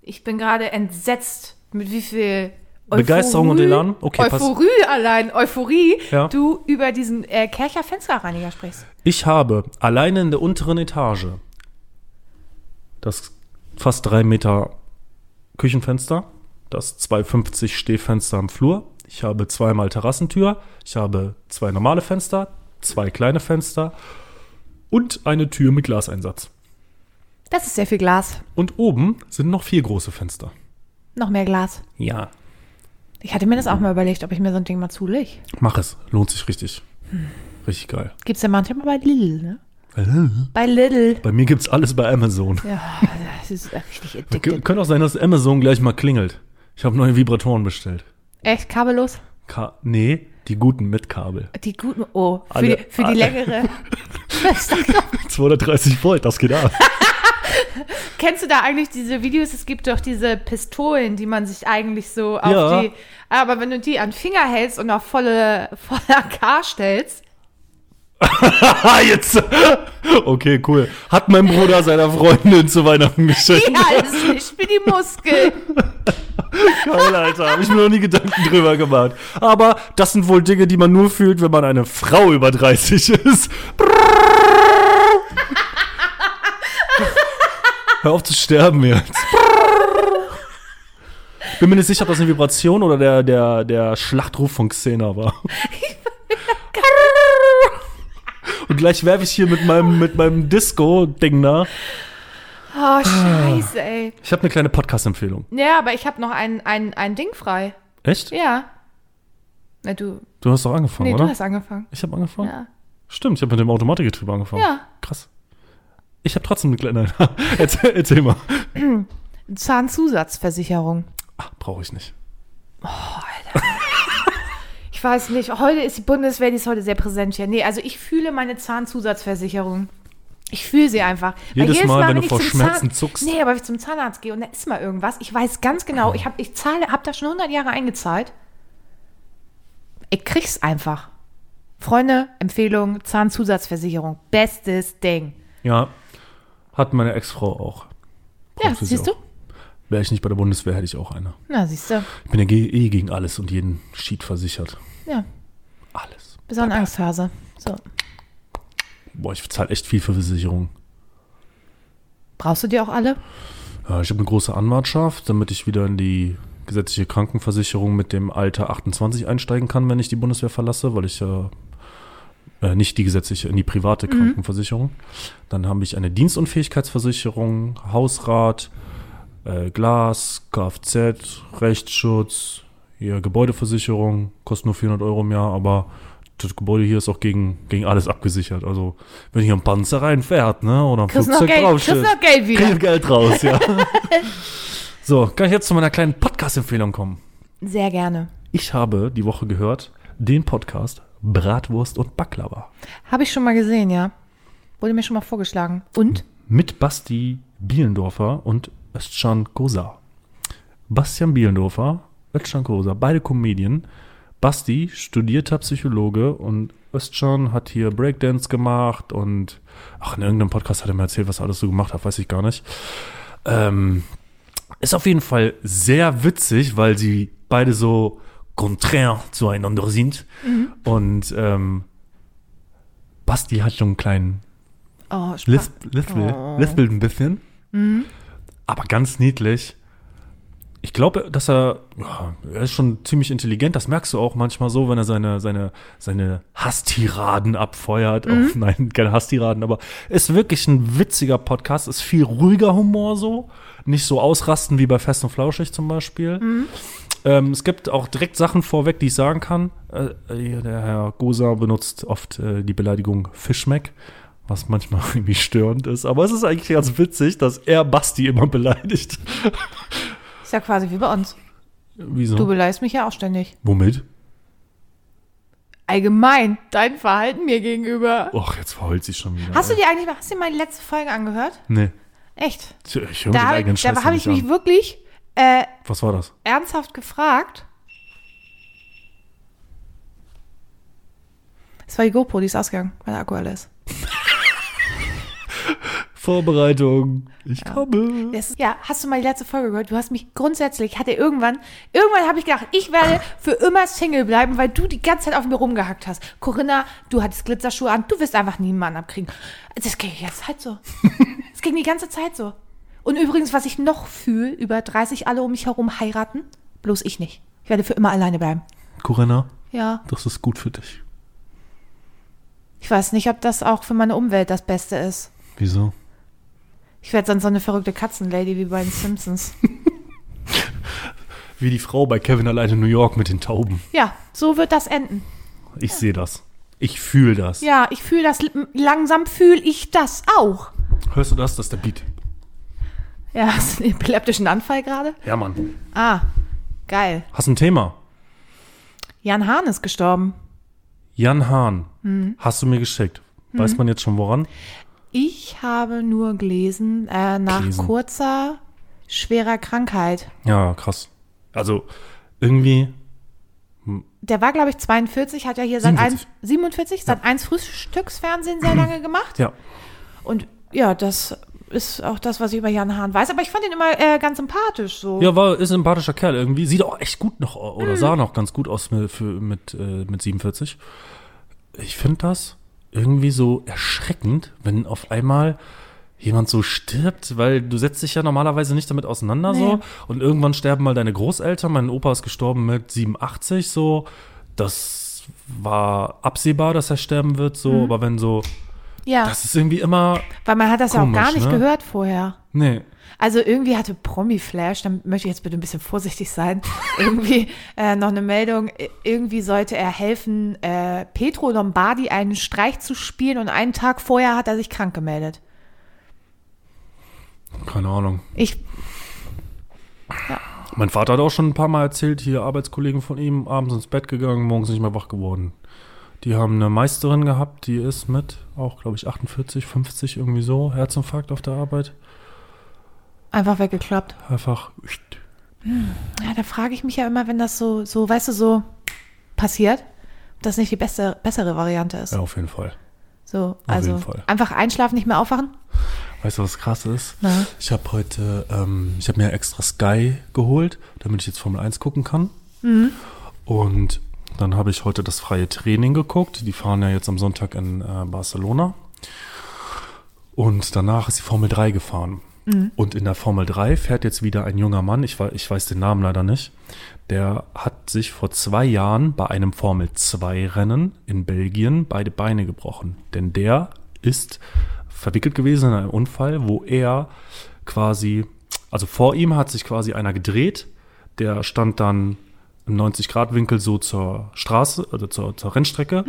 Speaker 2: Ich bin gerade entsetzt, mit wie viel Euphorie,
Speaker 1: Begeisterung und Elan? Okay, pass-
Speaker 2: Euphorie allein, Euphorie,
Speaker 1: Ja.
Speaker 2: du über diesen äh, Kercher Fensterreiniger sprichst.
Speaker 1: Ich habe alleine in der unteren Etage das fast drei Meter Küchenfenster, das 2,50 Stehfenster am Flur. Ich habe zweimal Terrassentür. Ich habe zwei normale Fenster, zwei kleine Fenster und eine Tür mit Glaseinsatz.
Speaker 2: Das ist sehr viel Glas.
Speaker 1: Und oben sind noch vier große Fenster.
Speaker 2: Noch mehr Glas.
Speaker 1: Ja.
Speaker 2: Ich hatte mir das auch mal überlegt, ob ich mir so ein Ding mal zulege.
Speaker 1: Mach es. Lohnt sich richtig. Richtig geil.
Speaker 2: Gibt's ja manchmal bei Lidl, ne? Bei Lidl.
Speaker 1: Bei mir gibt's alles bei Amazon.
Speaker 2: Ja, das ist richtig
Speaker 1: K-
Speaker 2: addicted.
Speaker 1: Könnte auch sein, dass Amazon gleich mal klingelt. Ich habe neue Vibratoren bestellt.
Speaker 2: Echt kabellos?
Speaker 1: Ka nee, die guten mit Kabel.
Speaker 2: Die guten, oh, für
Speaker 1: Alle-
Speaker 2: die, für die
Speaker 1: alle.
Speaker 2: längere. Was sagt man?
Speaker 1: 230 Volt, das geht ab.
Speaker 2: Kennst du da eigentlich diese Videos? Es gibt doch diese Pistolen, die man sich eigentlich so auf
Speaker 1: Ja.
Speaker 2: die. Ah, Aber wenn du die an den Finger hältst und auf volle, volle AK stellst,
Speaker 1: ah, jetzt. Okay, cool. Hat mein Bruder seiner Freundin zu Weihnachten geschenkt.
Speaker 2: ja, ist nicht für die Muskeln.
Speaker 1: Geil, Alter. Habe ich mir noch nie Gedanken drüber gemacht. Aber das sind wohl Dinge, die man nur fühlt, wenn man eine Frau über 30 ist. Hör auf zu sterben jetzt. Bin mir nicht sicher, ob das eine Vibration oder der, der, der Schlachtruf von Xena war. Und gleich werfe ich hier mit meinem, mit meinem Disco-Ding nach.
Speaker 2: Oh, scheiße, ey.
Speaker 1: Ich habe eine kleine Podcast-Empfehlung.
Speaker 2: Ja, aber ich habe noch ein, ein, ein Ding frei.
Speaker 1: Echt?
Speaker 2: Ja. Na, du.
Speaker 1: Du hast doch angefangen,
Speaker 2: Nee,
Speaker 1: oder?
Speaker 2: du hast angefangen.
Speaker 1: ich habe angefangen.
Speaker 2: Ja.
Speaker 1: Stimmt, ich habe mit dem Automatikgetriebe angefangen.
Speaker 2: Ja.
Speaker 1: Krass. Ich habe trotzdem eine kleine. Nein, erzähl, erzähl mal.
Speaker 2: Zahnzusatzversicherung.
Speaker 1: Ah, Brauche ich nicht.
Speaker 2: Ich weiß nicht, heute ist die Bundeswehr, die ist heute sehr präsent hier. Nee, also ich fühle meine Zahnzusatzversicherung. Ich fühle sie einfach. Weil
Speaker 1: Jedes Mal, wenn du
Speaker 2: ich
Speaker 1: vor
Speaker 2: zum
Speaker 1: Schmerzen zuckst.
Speaker 2: Nee, aber wenn ich zum Zahnarzt gehe und da ist mal irgendwas, ich weiß ganz genau, ich habe ich zahle, hab da schon 100 Jahre eingezahlt. Ich krieg's einfach. Freunde, Empfehlung, Zahnzusatzversicherung. Bestes Ding.
Speaker 1: Ja. Hat meine Ex-Frau auch.
Speaker 2: Ja,
Speaker 1: Brauchst du sie
Speaker 2: siehst du?
Speaker 1: auch? Wäre ich nicht bei der Bundeswehr, hätte ich auch eine.
Speaker 2: Na, siehst du.
Speaker 1: Ich bin ja ge- eh gegen alles und jeden Cheat versichert.
Speaker 2: Ja,
Speaker 1: Alles.
Speaker 2: besondere Angsthase. So.
Speaker 1: Boah, ich zahle echt viel für Versicherungen.
Speaker 2: Brauchst du die auch alle?
Speaker 1: Ja, Äh, ich habe eine große Anwartschaft, damit ich wieder in die gesetzliche Krankenversicherung mit dem Alter 28 einsteigen kann, wenn ich die Bundeswehr verlasse, weil ich ja äh, nicht die gesetzliche, in die
Speaker 2: Mhm.
Speaker 1: private Krankenversicherung. Dann habe ich eine Dienstunfähigkeitsversicherung, Hausrat, äh, Glas, Kfz, Rechtsschutz, hier Gebäudeversicherung, kostet nur 400 Euro im Jahr, aber das Gebäude hier ist auch gegen, gegen alles abgesichert. Also, wenn hier ein Panzer reinfährt, ne, oder ein
Speaker 2: Kriegst noch
Speaker 1: Flugzeug
Speaker 2: Geld,
Speaker 1: draufsteht.
Speaker 2: kriegst noch Geld wieder.
Speaker 1: Krieg ich Geld raus, ja. so, kann ich jetzt zu meiner kleinen Podcast-Empfehlung kommen?
Speaker 2: Sehr gerne.
Speaker 1: Ich habe die Woche gehört, den Podcast Bratwurst und Baklava.
Speaker 2: Habe ich schon mal gesehen, ja. Wurde mir schon mal vorgeschlagen. Und?
Speaker 1: Mit Basti Bielendorfer und Özcan Kosa. Bastian Bielendorfer, Özcan Kosa, beide Comedien. Basti studierter Psychologe und Özcan hat hier Breakdance gemacht und ach, in irgendeinem Podcast hat er mir erzählt, was er alles so gemacht hat, weiß ich gar nicht. Ähm, ist auf jeden Fall sehr witzig, weil sie beide so konträr zueinander sind. Und ähm, Basti hat schon einen kleinen
Speaker 2: Oh, Spaß.
Speaker 1: Lisp, lispel, lispelt ein bisschen. Aber ganz niedlich. Ich glaube, dass er, ja, er ist schon ziemlich intelligent. Das merkst du auch manchmal so, wenn er seine, seine, seine Hasstiraden abfeuert. Auf, nein, keine Hasstiraden, aber ist wirklich ein witziger Podcast. Ist viel ruhiger Humor so. Nicht so ausrasten wie bei Fest und Flauschig zum Beispiel. Ähm, es gibt auch direkt Sachen vorweg, die ich sagen kann. Äh, äh, der Herr Gosa benutzt oft äh, die Beleidigung Fischmeck, was manchmal irgendwie störend ist. Aber es ist eigentlich ganz witzig, dass er Basti immer beleidigt.
Speaker 2: Ist ja quasi wie bei uns.
Speaker 1: Wieso?
Speaker 2: Du beleist mich ja auch ständig.
Speaker 1: Womit?
Speaker 2: Allgemein, dein Verhalten mir gegenüber.
Speaker 1: Och, jetzt verheult sie schon wieder.
Speaker 2: Hast du dir eigentlich mal, hast du dir meine letzte Folge angehört?
Speaker 1: Nee.
Speaker 2: Echt?
Speaker 1: Tja, Ich höre mir den
Speaker 2: Da habe
Speaker 1: eigenen
Speaker 2: ich,
Speaker 1: Scheiß
Speaker 2: da
Speaker 1: ja
Speaker 2: hab
Speaker 1: nicht
Speaker 2: ich mich
Speaker 1: an.
Speaker 2: wirklich äh,
Speaker 1: Was war das?
Speaker 2: ernsthaft gefragt. Es war die GoPro, die ist ausgegangen, weil der Akku alle ist.
Speaker 1: Vorbereitung. Ich komme.
Speaker 2: Das ist, ja, hast du mal die letzte Folge gehört? Du hast mich grundsätzlich, hatte irgendwann, irgendwann habe ich gedacht, ich werde für immer Single bleiben, weil du die ganze Zeit auf mir rumgehackt hast. Corinna, du hattest Glitzerschuhe an, du wirst einfach nie einen Mann abkriegen. Das ging jetzt halt so. Das ging die ganze Zeit so. Und übrigens, was ich noch fühle, über 30 alle um mich herum heiraten, bloß ich nicht. Ich werde für immer alleine bleiben.
Speaker 1: Corinna,
Speaker 2: Ja,
Speaker 1: das ist gut für dich.
Speaker 2: ich weiß nicht, ob das auch für meine Umwelt das Beste ist.
Speaker 1: Wieso?
Speaker 2: Ich werde sonst so eine verrückte Katzenlady wie bei den Simpsons.
Speaker 1: Wie die Frau bei Kevin allein in New York mit den Tauben.
Speaker 2: Ja, so wird das enden.
Speaker 1: Ich sehe das. Ich fühle das.
Speaker 2: Ja, ich fühle das, langsam fühle ich das auch.
Speaker 1: Hörst du das? Das ist der Beat.
Speaker 2: Ja, hast du einen epileptischen Anfall gerade?
Speaker 1: Ja, Mann.
Speaker 2: Ah, geil.
Speaker 1: Hast ein Thema?
Speaker 2: Jan Hahn ist gestorben.
Speaker 1: Jan Hahn, hast du mir geschickt. Weiß man jetzt schon woran?
Speaker 2: Ich habe nur gelesen, äh, nach
Speaker 1: Gelesen.
Speaker 2: kurzer, schwerer Krankheit.
Speaker 1: Ja, krass. Also, irgendwie,
Speaker 2: Der war, glaube ich, 42, hat ja hier seit 1,
Speaker 1: 47.
Speaker 2: 47, seit 1 Frühstücksfernsehen sehr lange gemacht.
Speaker 1: ja.
Speaker 2: Und ja, das ist auch das, was ich über Jan Hahn weiß. Aber ich fand ihn immer äh, ganz sympathisch so.
Speaker 1: Ja, war, ist ein sympathischer Kerl irgendwie. Sieht auch echt gut noch, au- oder sah noch ganz gut aus mit, für, mit, äh, mit 47. Ich finde das irgendwie so erschreckend, wenn auf einmal jemand so stirbt, weil du setzt dich ja normalerweise nicht damit auseinander so.
Speaker 2: Nee.
Speaker 1: Und irgendwann sterben mal deine Großeltern. Mein Opa ist gestorben mit 87 so. Das war absehbar, dass er sterben wird so. Aber wenn so,
Speaker 2: Ja,
Speaker 1: das ist irgendwie immer,
Speaker 2: weil man hat das ja auch gar
Speaker 1: komisch,
Speaker 2: nicht
Speaker 1: ne?
Speaker 2: gehört vorher.
Speaker 1: nee.
Speaker 2: Also irgendwie hatte Promi-Flash, da möchte ich jetzt bitte ein bisschen vorsichtig sein, irgendwie äh, noch eine Meldung, i- irgendwie sollte er helfen, äh, Petro Lombardi einen Streich zu spielen und einen Tag vorher hat er sich krank gemeldet.
Speaker 1: Keine Ahnung.
Speaker 2: Ich,
Speaker 1: Mein Vater hat auch schon ein paar Mal erzählt, hier Arbeitskollegen von ihm, abends ins Bett gegangen, morgens nicht mehr wach geworden. Die haben eine Meisterin gehabt, die ist mit, auch glaube ich, 48, 50 irgendwie so, Herzinfarkt auf der Arbeit.
Speaker 2: einfach weggeklappt.
Speaker 1: Einfach.
Speaker 2: Ja, da frage ich mich ja immer, wenn das so, so, weißt du, so passiert, ob das nicht die beste, bessere Variante ist.
Speaker 1: Ja, auf jeden Fall.
Speaker 2: So, also
Speaker 1: jeden Fall.
Speaker 2: einfach einschlafen, nicht mehr aufwachen.
Speaker 1: Weißt du, was krass ist?
Speaker 2: Na?
Speaker 1: Ich habe heute, ähm, ich habe mir extra Sky geholt, damit ich jetzt Formel 1 gucken kann. Und dann habe ich heute das freie Training geguckt. Die fahren ja jetzt am Sonntag in äh, Barcelona. Und danach ist die Formel 3 gefahren. Und in der Formel 3 fährt jetzt wieder ein junger Mann, ich, wei- ich weiß den Namen leider nicht, der hat sich vor zwei Jahren bei einem Formel 2-Rennen in Belgien beide Beine gebrochen. Denn der ist verwickelt gewesen in einem Unfall, wo er quasi, also vor ihm hat sich quasi einer gedreht, der stand dann im 90-Grad-Winkel so zur Straße, also zur, zur Rennstrecke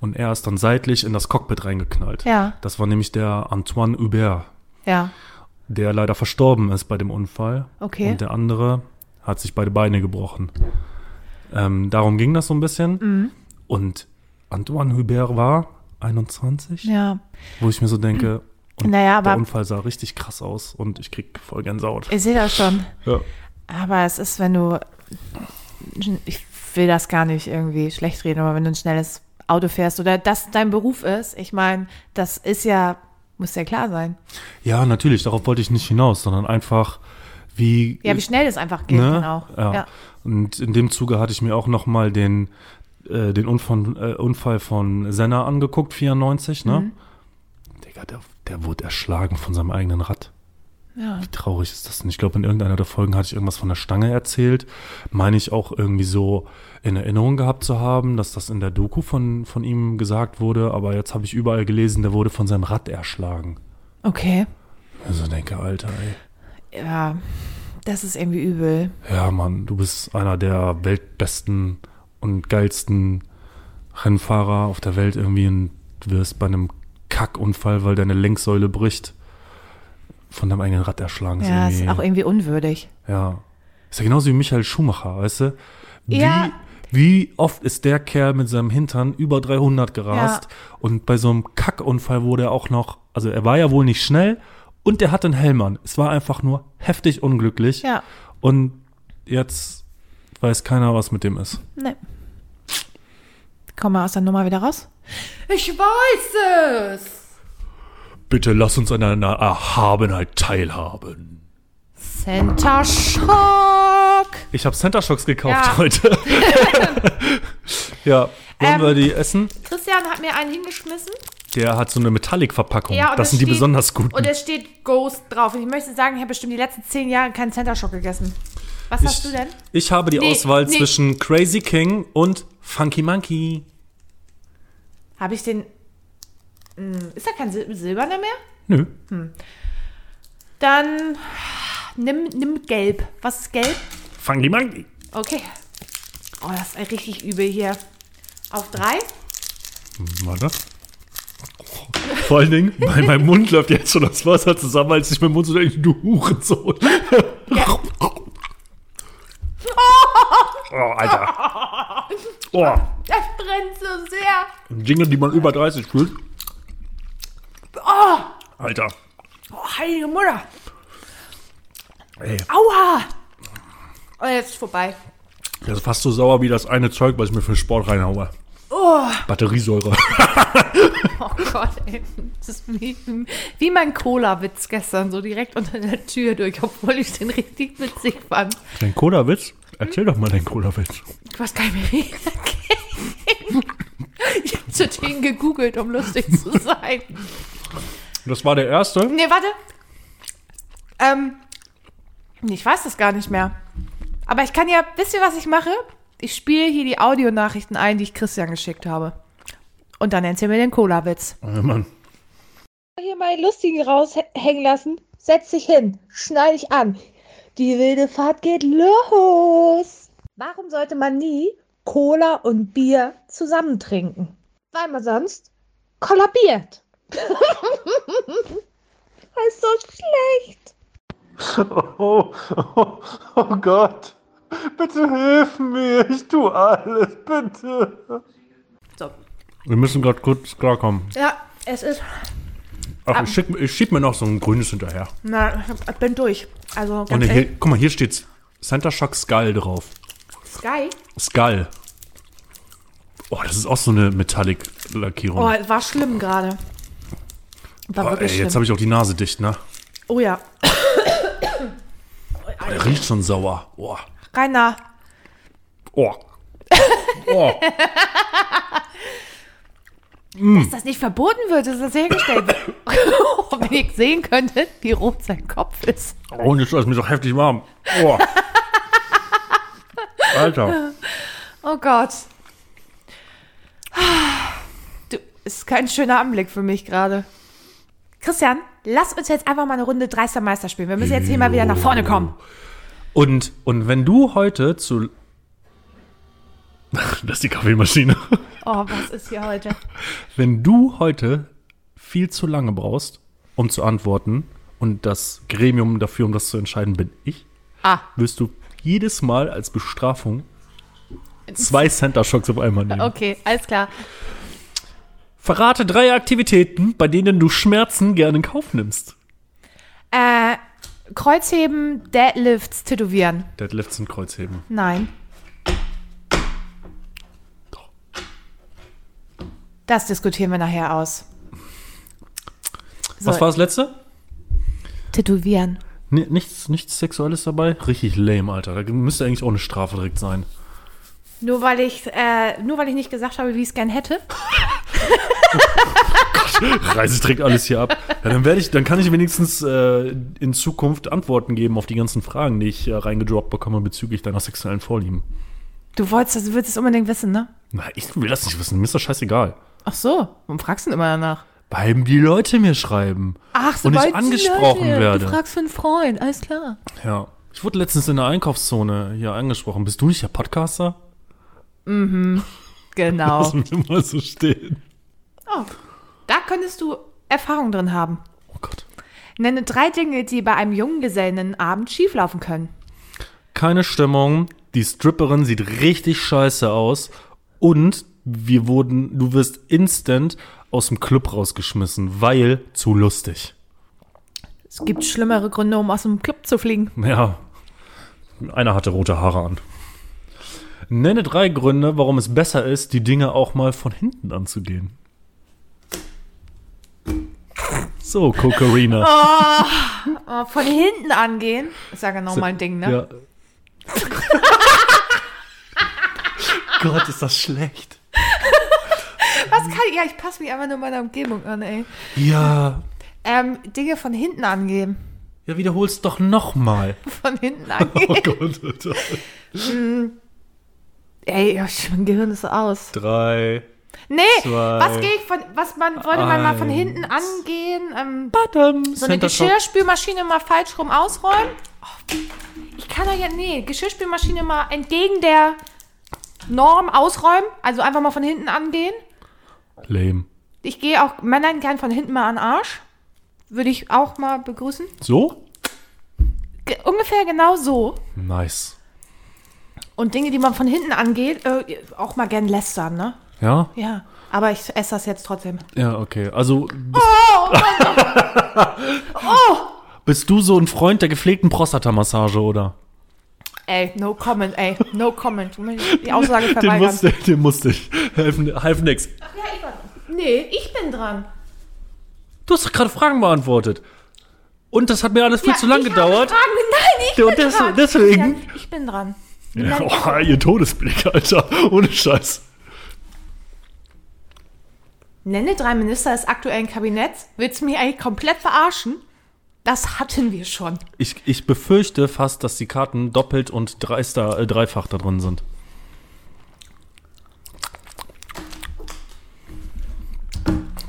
Speaker 1: und er ist dann seitlich in das Cockpit reingeknallt.
Speaker 2: Ja.
Speaker 1: Das war nämlich der Antoine Hubert,
Speaker 2: Ja,
Speaker 1: der leider verstorben ist bei dem Unfall.
Speaker 2: Okay.
Speaker 1: Und der andere hat
Speaker 2: Mhm.
Speaker 1: sich beide Beine gebrochen. Ähm, darum ging das so ein bisschen. Und Antoine Hubert war, 21,
Speaker 2: Ja.
Speaker 1: wo ich mir so denke, und
Speaker 2: Naja,
Speaker 1: der
Speaker 2: aber- Äh,
Speaker 1: Unfall sah richtig krass aus und ich krieg voll Gänsehaut.
Speaker 2: Ich sehe das schon.
Speaker 1: Ja.
Speaker 2: Aber es ist, wenn du. Ich will das gar nicht irgendwie schlecht reden, aber wenn du ein schnelles Auto fährst oder das dein Beruf ist, ich meine, das ist ja, muss ja klar sein.
Speaker 1: ja, natürlich, darauf wollte ich nicht hinaus, sondern einfach, wie
Speaker 2: Ja, wie schnell das einfach geht,
Speaker 1: Ne?
Speaker 2: dann auch.
Speaker 1: Ja.
Speaker 2: Ja.
Speaker 1: Und in dem Zuge hatte ich mir auch noch mal den, äh, den Unfall, äh, Unfall von Senna angeguckt, 94, ne?
Speaker 2: Mhm.
Speaker 1: Digga, der, der wurde erschlagen von seinem eigenen Rad.
Speaker 2: Ja.
Speaker 1: Wie traurig ist das denn? Ich glaube, in irgendeiner der Folgen hatte ich irgendwas von der Stange erzählt. Meine ich auch irgendwie so in Erinnerung gehabt zu haben, dass das in der Doku von, von ihm gesagt wurde. Aber jetzt habe ich überall gelesen, der wurde von seinem Rad erschlagen.
Speaker 2: Okay.
Speaker 1: Also denke, Alter, ey.
Speaker 2: Ja, das ist irgendwie übel.
Speaker 1: Ja, Mann, du bist einer der weltbesten und geilsten Rennfahrer auf der Welt irgendwie und wirst bei einem Kackunfall, weil deine Lenksäule bricht, von deinem eigenen Rad erschlagen. Ist
Speaker 2: Ja, ist
Speaker 1: irgendwie-
Speaker 2: auch irgendwie unwürdig.
Speaker 1: Ja. Ist ja genauso wie Michael Schumacher, weißt du? Wie,
Speaker 2: Ja.
Speaker 1: wie oft ist der Kerl mit seinem Hintern über 300 gerast und bei so einem Kackunfall wurde er auch noch, also er war ja wohl nicht schnell und der hatte einen Helm an. Es war einfach nur heftig unglücklich
Speaker 2: Ja,
Speaker 1: und jetzt weiß keiner, was mit dem ist.
Speaker 2: ne. Komm mal aus der Nummer wieder raus. Ich weiß es!
Speaker 1: Bitte lass uns an einer Erhabenheit teilhaben.
Speaker 2: Center Shock!
Speaker 1: Ich habe Center Shocks gekauft
Speaker 2: Ja.
Speaker 1: heute. ja, wollen
Speaker 2: Ähm.
Speaker 1: wir die essen?
Speaker 2: Christian hat mir einen hingeschmissen.
Speaker 1: Der hat so eine Metallic-Verpackung.
Speaker 2: Ja, und
Speaker 1: das
Speaker 2: es
Speaker 1: sind die
Speaker 2: steht-
Speaker 1: besonders guten.
Speaker 2: Und es steht Ghost drauf. Und ich möchte sagen, ich habe bestimmt die letzten zehn Jahre keinen Center Shock gegessen. Was hast du denn?
Speaker 1: Ich habe die
Speaker 2: Nee,
Speaker 1: Auswahl
Speaker 2: nee.
Speaker 1: zwischen Crazy King und Funky Monkey.
Speaker 2: Habe ich den. Hm, Ist da kein Sil Silberner mehr?
Speaker 1: Nö.
Speaker 2: Dann nimm, nimm gelb. Was ist gelb?
Speaker 1: Funky Monkey.
Speaker 2: Okay. Oh, das ist richtig übel hier. Auf drei.
Speaker 1: Warte. Vor allen Dingen, bei meinem Mund läuft jetzt schon das Wasser zusammen, als ich meinen Mund so denke, du Hurensohn. Oh, Alter. Oh,
Speaker 2: Das brennt so sehr.
Speaker 1: ein Jingle, die man über 30 fühlt. Alter.
Speaker 2: Oh, heilige Mutter.
Speaker 1: Ey,
Speaker 2: Aua. Oh, jetzt ist vorbei.
Speaker 1: das ist fast so sauer wie das eine Zeug, was ich mir für den Sport reinhaue. Batteriesäure.
Speaker 2: Oh Gott, ey. Das ist wie, wie mein Cola-Witz gestern, so direkt unter der Tür durch, obwohl ich den richtig witzig fand.
Speaker 1: Dein Cola-Witz? Erzähl doch mal deinen Cola-Witz.
Speaker 2: Ich weiß gar nicht mehr, wie er ging. Ich hab zu denen gegoogelt, um lustig zu sein.
Speaker 1: Das war der erste.
Speaker 2: Nee, warte. Ähm, nee, ich weiß das gar nicht mehr. Aber ich kann ja, wisst ihr, was ich mache? Ich spiele hier die Audionachrichten ein, die ich Christian geschickt habe. Und dann erzähl mir den Cola-Witz.
Speaker 1: Oh Mann.
Speaker 3: hier meinen lustigen raushängen lassen. Setz dich hin, schneid dich an. Die wilde Fahrt geht los. Warum sollte man nie Cola und Bier zusammen trinken? Weil man sonst kollabiert. das ist so schlecht.
Speaker 4: Oh, oh, oh Gott. Bitte hilf mir. Ich tue alles. Bitte.
Speaker 2: So.
Speaker 1: Wir müssen gerade kurz klarkommen.
Speaker 2: Ja, es ist.
Speaker 1: Ach, ich, schick, ich schieb mir noch so ein grünes hinterher.
Speaker 2: Na, ich bin durch. Also,
Speaker 1: Und
Speaker 2: ganz
Speaker 1: hier,
Speaker 2: ehrlich,
Speaker 1: guck mal, hier steht's. Center Shock Skull drauf.
Speaker 2: Sky.
Speaker 1: Skull. Oh, das ist auch so eine
Speaker 2: Oh,
Speaker 1: Metallic-Lackierung.
Speaker 2: es war schlimm gerade. War
Speaker 1: Oh,
Speaker 2: wirklich
Speaker 1: ey, jetzt
Speaker 2: schlimm.
Speaker 1: habe ich auch die Nase dicht, ne?
Speaker 2: Oh ja.
Speaker 1: Oh, der riecht schon sauer. Oh.
Speaker 2: Rainer,
Speaker 1: Oh. Oh. Hm.
Speaker 2: dass das nicht verboten wird, dass das hergestellt wird. Oh, Wenn ich sehen könnte, wie rot sein Kopf ist.
Speaker 1: Oh, jetzt ist mir so heftig warm. Oh. Alter.
Speaker 2: Oh Gott. Du, ist kein schöner Anblick für mich gerade. Christian, lass uns jetzt einfach mal eine Runde Dreister Meister spielen. Wir müssen jetzt hier mal wieder nach vorne kommen.
Speaker 1: Und, und wenn du heute zu. Ach, das ist die Kaffeemaschine.
Speaker 2: Oh, was ist hier heute?
Speaker 1: Wenn du heute viel zu lange brauchst, um zu antworten, und das Gremium dafür, um das zu entscheiden, bin ich,
Speaker 2: Ah.
Speaker 1: wirst du jedes Mal als Bestrafung zwei Center Shocks auf einmal nehmen.
Speaker 2: Okay, alles klar.
Speaker 1: Verrate drei Aktivitäten, bei denen du Schmerzen gerne in Kauf nimmst.
Speaker 2: Äh, Kreuzheben, Deadlifts, Tätowieren.
Speaker 1: Deadlifts und Kreuzheben.
Speaker 2: Nein. Das diskutieren wir nachher aus.
Speaker 1: Was war das letzte?
Speaker 2: Tätowieren.
Speaker 1: Ni- nichts, nichts Sexuelles dabei? Richtig lame, Alter. Da müsste eigentlich auch eine Strafe direkt sein.
Speaker 2: Nur weil ich, äh, nur weil ich nicht gesagt habe, wie ich es gern hätte.
Speaker 1: Reise trägt alles hier ab. Ja, dann, werde ich, dann kann ich wenigstens äh, in Zukunft Antworten geben auf die ganzen Fragen, die ich äh, reingedroppt bekomme bezüglich deiner sexuellen Vorlieben.
Speaker 2: Du wolltest, du willst es unbedingt wissen, ne?
Speaker 1: Na, ich will das nicht wissen. Mir ist das scheißegal.
Speaker 2: Ach so. Warum fragst du denn immer danach?
Speaker 1: Weil die Leute mir schreiben.
Speaker 2: Ach,
Speaker 1: Und ich
Speaker 2: sobald die
Speaker 1: angesprochen
Speaker 2: Leute-
Speaker 1: werde.
Speaker 2: Du fragst für einen Freund, alles klar.
Speaker 1: Ja. Ich wurde letztens in der Einkaufszone hier angesprochen. Bist du nicht der Podcaster?
Speaker 2: Genau.
Speaker 1: Lass mich mal so stehen.
Speaker 2: Oh, da könntest du Erfahrung drin haben.
Speaker 1: Oh Gott.
Speaker 2: Nenne drei Dinge, die bei einem Junggesellenabend schieflaufen können.
Speaker 1: Keine Stimmung. Die Stripperin sieht richtig scheiße aus. Und wir wurden, du wirst instant aus dem Club rausgeschmissen, weil zu lustig.
Speaker 2: Es gibt schlimmere Gründe, um aus dem Club zu fliegen.
Speaker 1: Ja. Einer hatte rote Haare an. Nenne drei Gründe, warum es besser ist, die Dinge auch mal von hinten anzugehen. So, Kokorina.
Speaker 2: Oh, von hinten angehen. Ist ja genau mein Ding, ne?
Speaker 1: Ja. Gott, ist das schlecht.
Speaker 2: Was kann ich? Ja, ich passe mich einfach nur meiner Umgebung an, ey.
Speaker 1: Ja.
Speaker 2: Ähm, Dinge von hinten angehen.
Speaker 1: Ja, wiederhol's doch nochmal.
Speaker 2: Von hinten angehen.
Speaker 1: Oh Gott, Alter.
Speaker 2: ey, ja, mein Gehirn ist so aus.
Speaker 1: Drei.
Speaker 2: Nee,
Speaker 1: Zwei,
Speaker 2: was gehe ich von, was man, wollte man mal von
Speaker 1: eins.
Speaker 2: hinten angehen? Ähm,
Speaker 1: Badam.
Speaker 2: so eine Geschirrspülmaschine mal falsch rum ausräumen? Oh, ich kann doch ja, nee, Geschirrspülmaschine mal entgegen der Norm ausräumen. Also einfach mal von hinten angehen.
Speaker 1: Lame.
Speaker 2: Ich gehe auch Männern gern von hinten mal an den Arsch. Würde ich auch mal begrüßen.
Speaker 1: So?
Speaker 2: Ge ungefähr genau so.
Speaker 1: Nice.
Speaker 2: Und Dinge, die man von hinten angeht, äh, auch mal gern lästern, ne?
Speaker 1: Ja?
Speaker 2: Ja. Aber ich esse das jetzt trotzdem.
Speaker 1: Ja, okay. Also. Bist,
Speaker 2: Oh,
Speaker 1: bist du so ein Freund der gepflegten Prostatamassage, oder?
Speaker 2: Ey, no comment, ey. No comment. Du musst Die Aussage verweigern.
Speaker 1: dem musste ich. Helfen, half nix.
Speaker 2: Ja, ich war, nee, ich bin dran.
Speaker 1: Du hast doch gerade Fragen beantwortet. Und das hat mir alles viel
Speaker 2: Ja,
Speaker 1: zu lang
Speaker 2: ich
Speaker 1: gedauert.
Speaker 2: Habe Fragen. Nein, ich
Speaker 1: Ja,
Speaker 2: bin
Speaker 1: des-
Speaker 2: dran.
Speaker 1: deswegen.
Speaker 2: Ja, ich bin dran.
Speaker 1: Ja, oh, ihr Todesblick, Alter. Ohne Scheiß.
Speaker 2: Nenne drei Minister des aktuellen Kabinetts. Willst du mich eigentlich komplett verarschen? Das hatten wir schon.
Speaker 1: Ich, ich befürchte fast, dass die Karten doppelt und dreister, äh, dreifach da drin sind.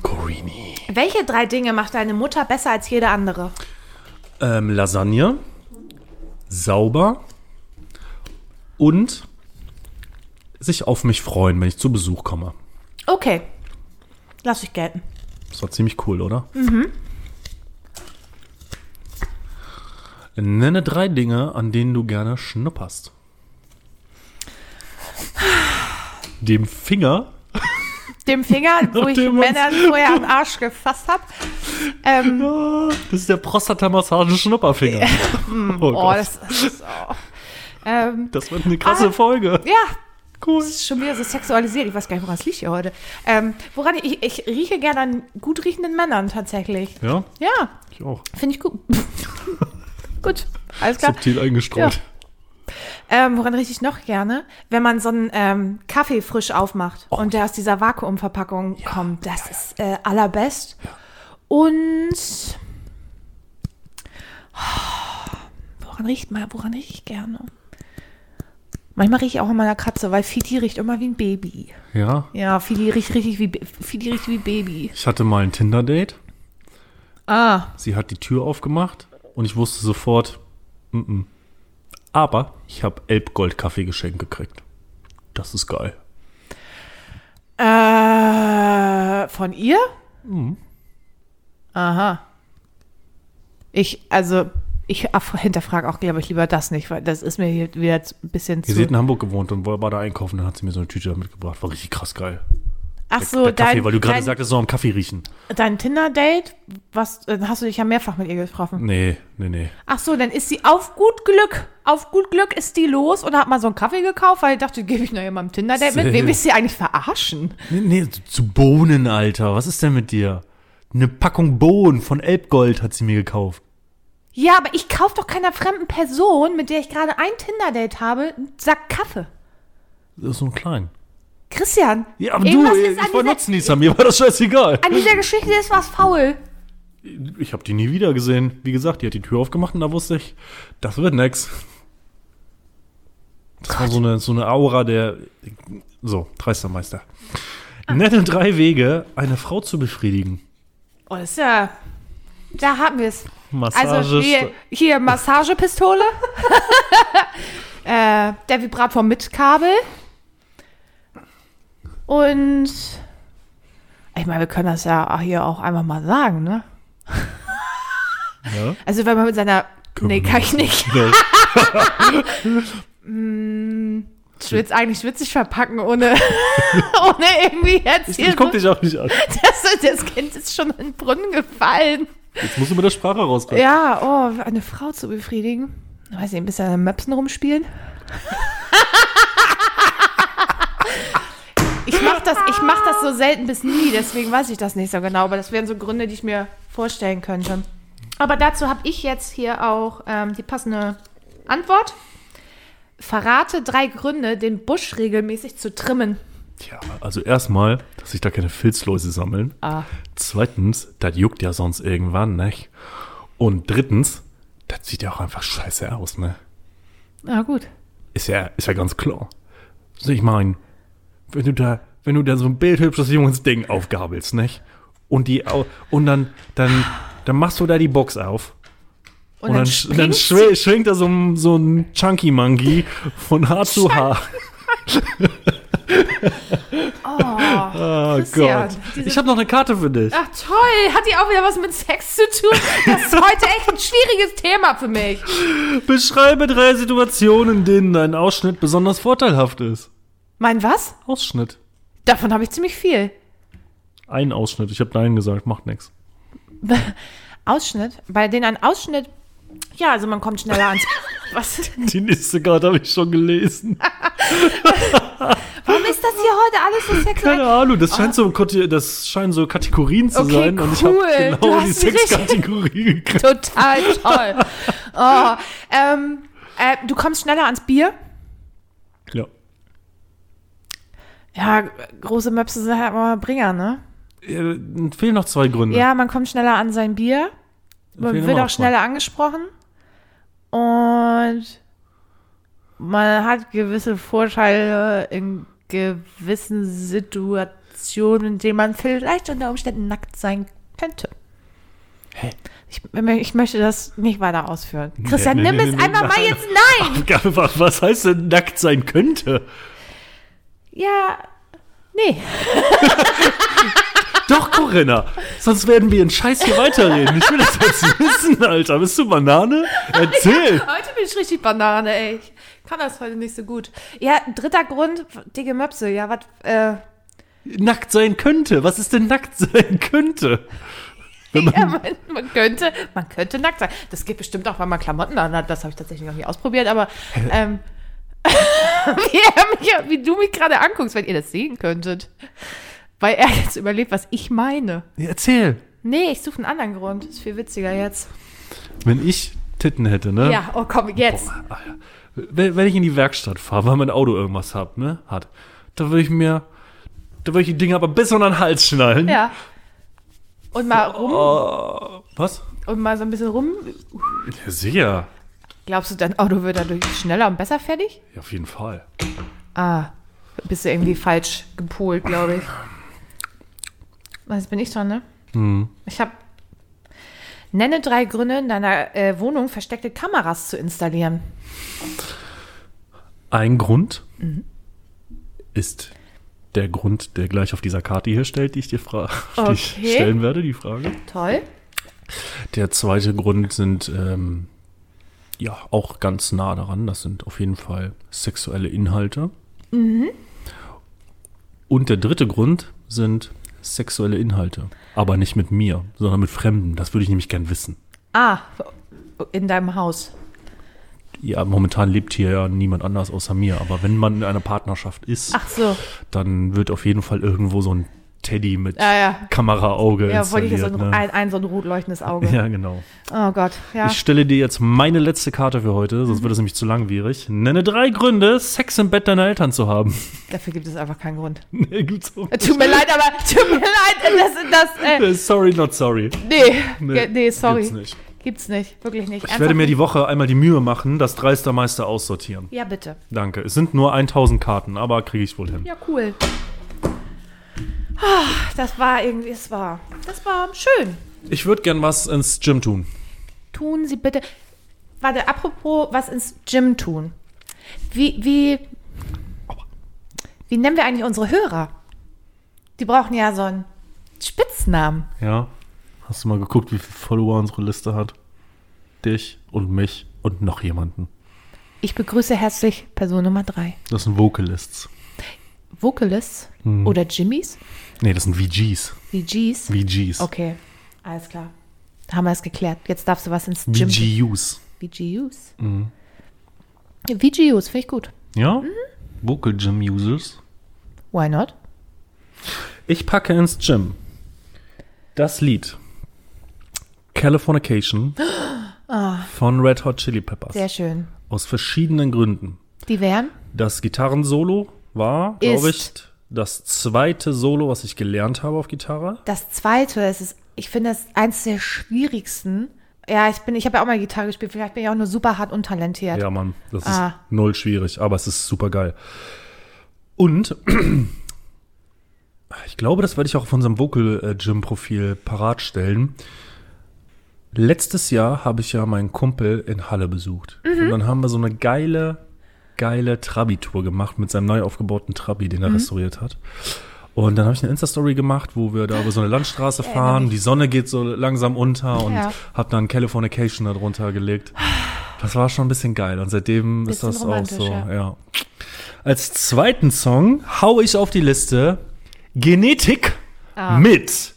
Speaker 1: Corini.
Speaker 2: Welche drei Dinge macht deine Mutter besser als jede andere?
Speaker 1: Ähm, Lasagne. Sauber. Und sich auf mich freuen, wenn ich zu Besuch komme.
Speaker 2: Okay. Lass dich gelten.
Speaker 1: Das war ziemlich cool, oder? Nenne drei Dinge, an denen du gerne schnupperst. Dem Finger.
Speaker 2: Dem Finger, wo ich
Speaker 1: Nachdem man's-
Speaker 2: Männer vorher am Arsch gefasst habe. Ähm,
Speaker 1: Das ist der Prostatamassage-Schnupperfinger. Oh,
Speaker 2: Oh,
Speaker 1: Gott.
Speaker 2: das, das ist auch. Ähm,
Speaker 1: Das wird eine krasse
Speaker 2: Ah.
Speaker 1: Folge.
Speaker 2: ja,
Speaker 1: Cool.
Speaker 2: das ist schon wieder so sexualisiert. Ich weiß gar nicht, woran es liegt hier heute. Ähm, woran ich, ich rieche gerne an gut riechenden Männern tatsächlich.
Speaker 1: Ja,
Speaker 2: Ja,
Speaker 1: ich auch.
Speaker 2: finde ich gut. gut, alles klar.
Speaker 1: Subtil eingestreut.
Speaker 2: Ja. Ähm, woran rieche ich noch gerne? Wenn man so einen ähm, Kaffee frisch aufmacht und der aus dieser Vakuumverpackung kommt. Das ist äh, allerbest. Und oh, woran riecht man, woran rieche ich gerne? Manchmal rieche ich auch an meiner Katze, weil Fiti riecht immer wie ein Baby.
Speaker 1: ja.
Speaker 2: Ja, Fiti riecht richtig wie, Ba- Fiti riecht wie Baby.
Speaker 1: Ich hatte mal ein Tinder-Date.
Speaker 2: Ah,
Speaker 1: Sie hat die Tür aufgemacht und ich wusste sofort, mm-mm. aber ich habe Elbgold-Kaffee geschenkt gekriegt. Das ist geil.
Speaker 2: Äh, von ihr?
Speaker 1: Mhm.
Speaker 2: Aha. Ich, also, ich af- hinterfrage auch, glaube ich, lieber das nicht, weil das ist mir hier wieder z- ein bisschen
Speaker 1: Sie hat
Speaker 2: zu.
Speaker 1: in Hamburg gewohnt und war war da einkaufen, dann hat sie mir so eine Tüte mitgebracht. War richtig krass geil.
Speaker 2: Ach
Speaker 1: Der-
Speaker 2: so,
Speaker 1: der Kaffee,
Speaker 2: dein,
Speaker 1: weil du gerade
Speaker 2: dein,
Speaker 1: sagtest, so am Kaffee riechen.
Speaker 2: dein Tinder-Date, was, äh, hast du dich ja mehrfach mit ihr getroffen.
Speaker 1: Nee, nee, nee.
Speaker 2: Ach so, dann ist sie auf gut Glück, auf gut Glück ist die los und hat mal so einen Kaffee gekauft, weil ich dachte, gebe ich noch jemandem Tinder-Date mit.
Speaker 1: Sil-
Speaker 2: Wem ist sie eigentlich verarschen?
Speaker 1: Nee, nee, zu Bohnen, Alter. Was ist denn mit dir? Eine Packung Bohnen von Elbgold hat sie mir gekauft.
Speaker 2: Ja, aber ich kaufe doch keiner fremden Person, mit der ich gerade ein Tinder-Date habe, einen Sack Kaffee.
Speaker 1: Das ist so ein klein.
Speaker 2: Christian,
Speaker 1: Ja, aber
Speaker 2: irgendwas
Speaker 1: du,
Speaker 2: ist
Speaker 1: ey,
Speaker 2: an
Speaker 1: ich war
Speaker 2: dieser-
Speaker 1: Nutznießer, mir war das scheißegal.
Speaker 2: an dieser Geschichte ist was faul.
Speaker 1: Ich habe die nie wieder gesehen. Wie gesagt, die hat die Tür aufgemacht und da wusste ich, das wird nix. Das war so eine, so eine Aura der. So, Dreistermeister.
Speaker 2: Ah.
Speaker 1: Nette drei Wege, eine Frau zu befriedigen.
Speaker 2: Oh, das ist ja. Da haben wir es.
Speaker 1: Massage.
Speaker 2: Also hier, hier Massagepistole. äh, der Vibrator mit Kabel. Und ich meine, wir können das ja hier auch einfach mal sagen, ne?
Speaker 1: Ja?
Speaker 2: Also wenn man mit seiner.
Speaker 1: Können
Speaker 2: nee,
Speaker 1: wir
Speaker 2: kann ich nicht.
Speaker 1: Nee.
Speaker 2: Ich will es eigentlich witzig verpacken, ohne, ohne irgendwie jetzt hier.
Speaker 1: Das kommt dich auch nicht an.
Speaker 2: das, das Kind ist schon in den Brunnen gefallen.
Speaker 1: Jetzt musst du mit der Sprache rauskommen.
Speaker 2: Ja, oh, eine Frau zu befriedigen. Weiß nicht, ein bisschen an den Möpsen rumspielen. ich mach das, ich mach das so selten bis nie, deswegen weiß ich das nicht so genau. Aber das wären so Gründe, die ich mir vorstellen könnte. Aber dazu habe ich jetzt hier auch ähm, die passende Antwort. Verrate drei Gründe, den Busch regelmäßig zu trimmen.
Speaker 1: Tja, also erstmal, dass sich da keine Filzläuse sammeln.
Speaker 2: Ah.
Speaker 1: Zweitens, das juckt ja sonst irgendwann, nicht? Und drittens, das sieht ja auch einfach scheiße aus, ne?
Speaker 2: Na gut.
Speaker 1: Ist ja, ist ja ganz klar. Also Ich meine, wenn du da, wenn du da so ein bildhübsches junges Ding aufgabelst, nicht? Und die au- und dann, dann, dann machst du da die Box auf.
Speaker 2: Und,
Speaker 1: Und,
Speaker 2: dann,
Speaker 1: dann, sch-
Speaker 2: springt
Speaker 1: dann
Speaker 2: sie-
Speaker 1: schwi- schwingt da so ein, so ein Chunky Monkey von Haar zu Haar.
Speaker 2: Oh, Christian, diese
Speaker 1: Ah, Ich habe noch eine Karte für dich.
Speaker 2: Ach toll, hat die auch wieder was mit Sex zu tun? Das ist heute echt ein schwieriges Thema für mich.
Speaker 1: Beschreibe drei Situationen, in denen dein Ausschnitt besonders vorteilhaft ist.
Speaker 2: Mein was?
Speaker 1: Ausschnitt.
Speaker 2: Davon habe ich ziemlich viel.
Speaker 1: Ein Ausschnitt. Ich habe Nein gesagt, macht nichts.
Speaker 2: Ausschnitt, bei denen ein Ausschnitt, ja, also man kommt schneller ans. Was?
Speaker 1: Die nächste Karte habe ich schon gelesen.
Speaker 2: Warum ist das hier heute alles so
Speaker 1: Keine
Speaker 2: sexuell?
Speaker 1: Ahnung, das, scheint so, Kati- das scheinen so Kategorien zu
Speaker 2: Oh. Okay,
Speaker 1: sein. Und ich
Speaker 2: cool.
Speaker 1: habe
Speaker 2: Du
Speaker 1: genau die
Speaker 2: hast sie richtig-
Speaker 1: Sexkategorie gekriegt.
Speaker 2: Total toll. Oh, ähm, äh, du kommst schneller ans Bier.
Speaker 1: Ja.
Speaker 2: Ja, große Möpse sind halt immer Bringer, ne?
Speaker 1: Äh, Fehlen noch zwei Gründe.
Speaker 2: Ja, man kommt schneller an sein Bier. Man
Speaker 1: Fehlen
Speaker 2: wird
Speaker 1: immer noch
Speaker 2: auch schneller angesprochen. Und man hat gewisse Vorteile in gewissen Situationen, in denen man vielleicht unter Umständen nackt sein könnte.
Speaker 1: Hä?
Speaker 2: Ich, ich möchte das nicht weiter ausführen. Christian,
Speaker 1: nee,
Speaker 2: nimm
Speaker 1: nee,
Speaker 2: es
Speaker 1: nee,
Speaker 2: einfach
Speaker 1: nee,
Speaker 2: mal
Speaker 1: nein.
Speaker 2: jetzt nein!
Speaker 1: Zwei. Was was heißt denn nackt sein könnte?
Speaker 2: Ja, nee.
Speaker 1: Doch, Corinna. Sonst werden wir in Scheiß hier weiterreden. Ich will das jetzt wissen, Alter. Bist du Banane? Erzähl.
Speaker 2: Heute bin ich richtig Banane, ey. Ich kann das heute nicht so gut. Ja, dritter Grund, dicke Möpse. Ja, was, äh,
Speaker 1: nackt sein könnte. Was ist denn nackt sein könnte?
Speaker 2: Ja, man, man, könnte, man könnte nackt sein. Das geht bestimmt auch, weil man Klamotten anhat. Das habe ich tatsächlich noch nie ausprobiert, aber ähm, wie, er mich, wie du mich gerade anguckst, wenn ihr das sehen könntet. Weil er jetzt überlebt, was ich meine.
Speaker 1: Erzähl.
Speaker 2: Nee, ich suche einen anderen Grund. Ist viel witziger jetzt.
Speaker 1: Wenn ich Titten hätte, ne?
Speaker 2: Ja, oh komm, jetzt.
Speaker 1: Ah Wenn, wenn ich in die Werkstatt fahre, weil mein Auto irgendwas hat, ne? Hat. Da würde ich mir. Da würde ich die Dinger aber bis unter den Hals schnallen.
Speaker 2: Ja. Und mal rum,
Speaker 1: Was?
Speaker 2: und mal so ein bisschen rum.
Speaker 1: Ja, sicher.
Speaker 2: Glaubst du, dein Auto wird dadurch schneller und besser fertig?
Speaker 1: Ja, auf jeden Fall.
Speaker 2: Ah, bist du irgendwie falsch gepolt, glaube ich. Was, Jetzt bin ich dran, ne?
Speaker 1: Mhm.
Speaker 2: Ich habe. Nenne drei Gründe, in deiner äh, Wohnung versteckte Kameras zu installieren.
Speaker 1: Ein Grund
Speaker 2: Mhm.
Speaker 1: ist der Grund, der gleich auf dieser Karte hier stellt, die ich dir fra die ich
Speaker 2: Okay.
Speaker 1: stellen werde, die Frage.
Speaker 2: Toll.
Speaker 1: Der zweite Grund sind ähm, ja auch ganz nah
Speaker 2: Mhm.
Speaker 1: daran. Das sind auf jeden Fall sexuelle Inhalte. Und der dritte Grund sind sexuelle Inhalte. Aber nicht mit mir, sondern mit Fremden. Das würde ich nämlich gern wissen.
Speaker 2: Ah, in deinem Haus.
Speaker 1: Ja, momentan lebt hier ja niemand anders außer mir. Aber wenn man in einer Partnerschaft ist,
Speaker 2: Ach so.
Speaker 1: dann wird auf jeden Fall irgendwo so ein Teddy mit
Speaker 2: Ja, ja.
Speaker 1: Kameraauge
Speaker 2: Äh. Ja, wollte ich
Speaker 1: installiert.
Speaker 2: jetzt so ein,
Speaker 1: ne?
Speaker 2: ein, ein so ein rot leuchtendes Auge.
Speaker 1: Ja, genau.
Speaker 2: Oh Gott, ja. Mhm.
Speaker 1: Ich stelle dir jetzt meine letzte Karte für heute, sonst wird es nämlich zu langwierig. Nenne drei Gründe, Sex im Bett deiner Eltern zu haben.
Speaker 2: Dafür gibt es einfach keinen Grund.
Speaker 1: nee, gibt's auch nicht.
Speaker 2: Äh, Tut mir leid, aber tut mir leid, das, das, äh,
Speaker 1: Sorry, not sorry.
Speaker 2: nee,
Speaker 1: Nee,
Speaker 2: nee, nee sorry.
Speaker 1: gibt's nicht.
Speaker 2: Gibt's nicht, wirklich nicht.
Speaker 1: Ich werde mir die Woche einmal die Mühe machen, das Dreistermeister aussortieren.
Speaker 2: ja, bitte.
Speaker 1: Danke. Es sind nur 1000 Karten, aber kriege ich wohl hin.
Speaker 2: Ja, cool. Ah, Das war irgendwie, es war, das war schön.
Speaker 1: Ich würde gern was ins Gym tun.
Speaker 2: Tun Sie bitte, warte, apropos was ins Gym tun. Wie, wie, wie nennen wir eigentlich unsere Hörer? Die brauchen ja so einen Spitznamen.
Speaker 1: Ja. Hast du mal geguckt, wie viele Follower unsere Liste hat? Dich und mich und noch jemanden.
Speaker 2: Ich begrüße herzlich Person Nummer 3.
Speaker 1: Das sind Vocalists.
Speaker 2: Vocalists oder Jimmys?
Speaker 1: Nee, das sind VGs.
Speaker 2: VGs?
Speaker 1: VGs.
Speaker 2: Okay, alles klar. Haben wir es geklärt. Jetzt darfst du was ins Gym.
Speaker 1: VGUs.
Speaker 2: VGUs. Ja, VGUs, finde ich gut.
Speaker 1: Ja? Vocal Gym Users.
Speaker 2: Why not?
Speaker 1: Ich packe ins Gym das Lied Californication von Red Hot Chili Peppers.
Speaker 2: Ah. Sehr schön.
Speaker 1: Aus verschiedenen Gründen.
Speaker 2: Die wären?
Speaker 1: Das Gitarrensolo war, glaube ich,
Speaker 2: Ist.
Speaker 1: das zweite Solo, was ich gelernt habe auf Gitarre.
Speaker 2: Das zweite, es ist, ich finde das eins der schwierigsten. Ja, ich bin, ich habe ja auch mal Gitarre gespielt, vielleicht bin ich auch nur super hart untalentiert.
Speaker 1: Ja, Mann, das ist
Speaker 2: Ah.
Speaker 1: null schwierig, aber es ist super geil. Und ich glaube, das werde ich auch auf unserem Vocal Gym Profil parat stellen. Letztes Jahr habe ich ja meinen Kumpel in Halle besucht.
Speaker 2: Mhm.
Speaker 1: Und dann haben wir so eine geile, geile Trabi-Tour gemacht mit seinem neu aufgebauten Trabi, den er
Speaker 2: Mhm.
Speaker 1: restauriert hat. Und dann habe ich eine Insta-Story gemacht, wo wir da über so eine Landstraße fahren, die Sonne geht so langsam unter und
Speaker 2: Ja.
Speaker 1: habe dann Californication darunter gelegt. Das war schon ein bisschen geil und seitdem ist
Speaker 2: Bisschen
Speaker 1: das auch
Speaker 2: romantisch,
Speaker 1: so. Ja.
Speaker 2: ja.
Speaker 1: Als zweiten Song hau ich auf die Liste Genetik mit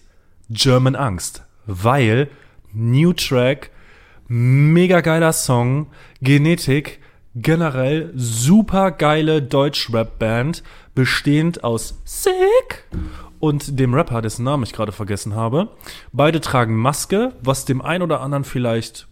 Speaker 1: German Angst, weil New Track, mega geiler Song, Genetik generell super geile Deutsch-Rap-Band, bestehend aus Sick und dem Rapper, dessen Namen ich gerade vergessen habe. Beide tragen Maske, was dem einen oder anderen vielleicht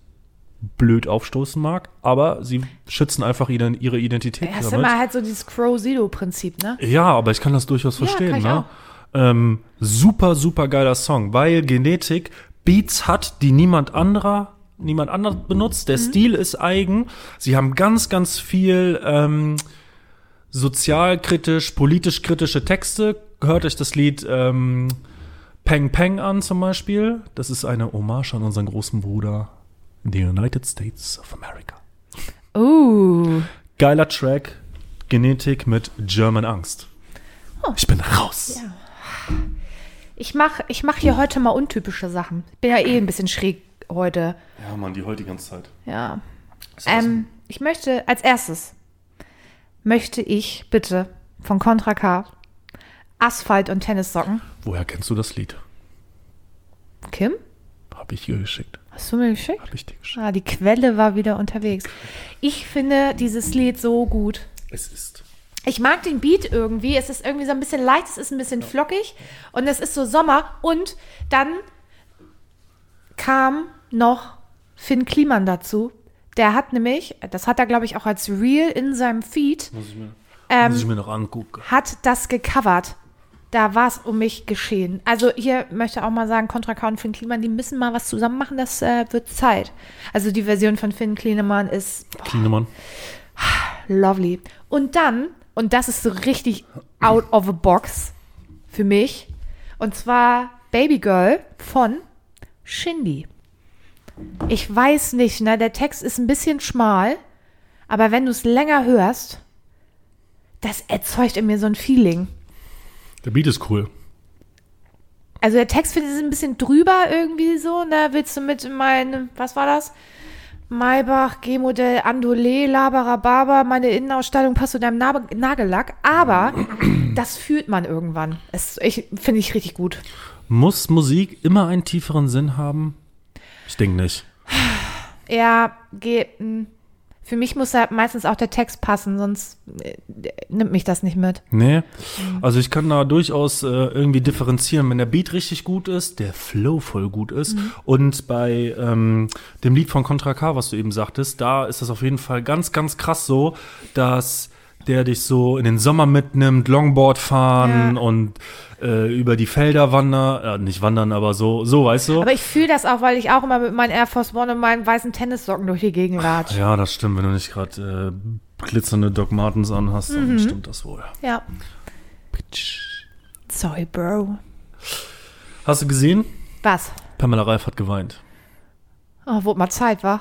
Speaker 1: blöd aufstoßen mag, aber sie schützen einfach ihre, ihre Identität
Speaker 2: Das ist immer halt so dieses Crow-Sido-Prinzip, ne?
Speaker 1: ja, aber ich kann das durchaus verstehen.
Speaker 2: kann ich
Speaker 1: ne? ähm, super, super geiler Song, weil Genetik Beats hat, die niemand anderer, niemand anderer benutzt.
Speaker 2: Mhm.
Speaker 1: Der Stil ist eigen. Sie haben ganz, ganz viel ähm, sozialkritisch, politisch kritische Texte. Hört euch das Lied ähm, Peng Peng an zum Beispiel. Das ist eine Hommage an unseren großen Bruder, the United States of America.
Speaker 2: Uh,
Speaker 1: Geiler Track, Genetik mit German Angst. Ich bin raus.
Speaker 2: ich mach, ich mach hier heute mal untypische Sachen. Ich bin ja eh ein bisschen schräg heute.
Speaker 1: Ja, Mann, die heute die ganze Zeit.
Speaker 2: Ja. Ähm, ich möchte als erstes möchte ich bitte von Contra K Asphalt und Tennissocken.
Speaker 1: Woher kennst du das Lied?
Speaker 2: Kim,
Speaker 1: Hab ich dir geschickt.
Speaker 2: hast du mir geschickt?
Speaker 1: Hab ich dir geschickt.
Speaker 2: Ah, die Quelle war wieder unterwegs. Ich finde dieses Lied so gut.
Speaker 1: Es ist.
Speaker 2: Ich mag den Beat irgendwie. Es ist irgendwie so ein bisschen leicht, es ist ein bisschen flockig und es ist so Sommer. Und dann kam noch Finn Kliman dazu. Der hat nämlich, das hat er glaube ich auch als Reel in seinem Feed,
Speaker 1: Muss ich mir, muss ich
Speaker 2: ähm,
Speaker 1: mir noch angucken.
Speaker 2: hat das gecovert. Da war es um mich geschehen. Also hier möchte auch mal sagen, Contra K und Finn Kliman, die müssen mal was zusammen machen, das äh, wird Zeit. Also die Version von Finn Kliman ist
Speaker 1: Klinemann.
Speaker 2: Lovely. Und dann, und das ist so richtig out of the box für mich, und zwar Baby Girl von Shindy. Ich weiß nicht, ne, der Text ist ein bisschen schmal, aber wenn du es länger hörst, das erzeugt in mir so ein Feeling.
Speaker 1: Der Beat ist cool.
Speaker 2: Also der Text finde ich ist ein bisschen drüber irgendwie so, ne? Willst du mit meinem, was war das? Maybach, G-Modell, Andolé, Labarababa, meine Innenausstattung passt zu deinem Na Nagellack, aber das fühlt man irgendwann. Es, ich, Finde ich richtig gut.
Speaker 1: Muss Musik immer einen tieferen Sinn haben? Ich denke nicht.
Speaker 2: Ja, geht. mm. Für mich muss halt meistens auch der Text passen, sonst äh, nimmt mich das nicht mit.
Speaker 1: Nee.
Speaker 2: Mhm.
Speaker 1: Also ich kann da durchaus äh, irgendwie differenzieren, wenn der Beat richtig gut ist, der Flow voll gut ist.
Speaker 2: Mhm.
Speaker 1: Und bei ähm, dem Lied von Contra K, was du eben sagtest, da ist das auf jeden Fall ganz, ganz krass so, dass der dich so in den Sommer mitnimmt, Longboard fahren
Speaker 2: Ja.
Speaker 1: und äh, über die Felder wandern, äh, nicht wandern, aber so, so, weißt du?
Speaker 2: Aber ich fühle das auch, weil ich auch immer mit meinen Air Force One und meinen weißen Tennissocken durch die Gegend latsche.
Speaker 1: ja, das stimmt, wenn du nicht gerade äh, glitzernde Doc Martens anhast,
Speaker 2: Mhm.
Speaker 1: dann stimmt das wohl.
Speaker 2: Ja. Sorry, Bro.
Speaker 1: Hast du gesehen?
Speaker 2: Was?
Speaker 1: Pamela Reif hat geweint.
Speaker 2: Oh, wurde mal Zeit, wa?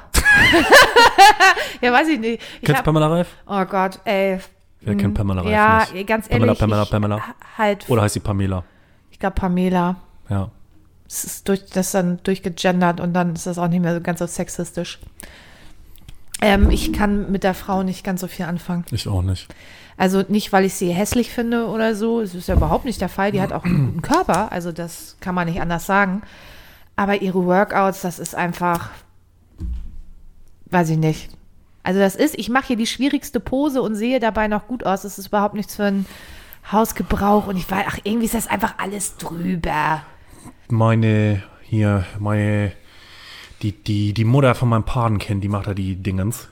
Speaker 2: ja, weiß ich nicht. Ich
Speaker 1: Kennst
Speaker 2: hab-
Speaker 1: Pamela Reif?
Speaker 2: oh Gott, ey. Hm.
Speaker 1: Wer kennt Pamela Reif
Speaker 2: Mhm. Ja,
Speaker 1: nicht?
Speaker 2: ganz
Speaker 1: Pamela,
Speaker 2: ehrlich.
Speaker 1: Pamela,
Speaker 2: ich,
Speaker 1: Pamela.
Speaker 2: h- Halt,
Speaker 1: Oder heißt sie Pamela?
Speaker 2: ich glaube Pamela.
Speaker 1: Ja.
Speaker 2: Es ist durch, das ist dann durchgegendert und dann ist das auch nicht mehr so ganz so sexistisch. Ähm, ich kann mit der Frau nicht ganz so viel anfangen.
Speaker 1: Ich auch nicht.
Speaker 2: Also nicht, weil ich sie hässlich finde oder so. Es ist ja überhaupt nicht der Fall. Die hat auch einen guten Körper. Also das kann man nicht anders sagen. Aber ihre Workouts, das ist einfach, weiß ich nicht. Also das ist, ich mache hier die schwierigste Pose und sehe dabei noch gut aus. Es ist überhaupt nichts für einen Hausgebrauch. Und ich weiß, ach, irgendwie ist das einfach alles drüber.
Speaker 1: Meine, hier, meine, die, die, die Mutter von meinem Paten kennt, die macht da die Dingens.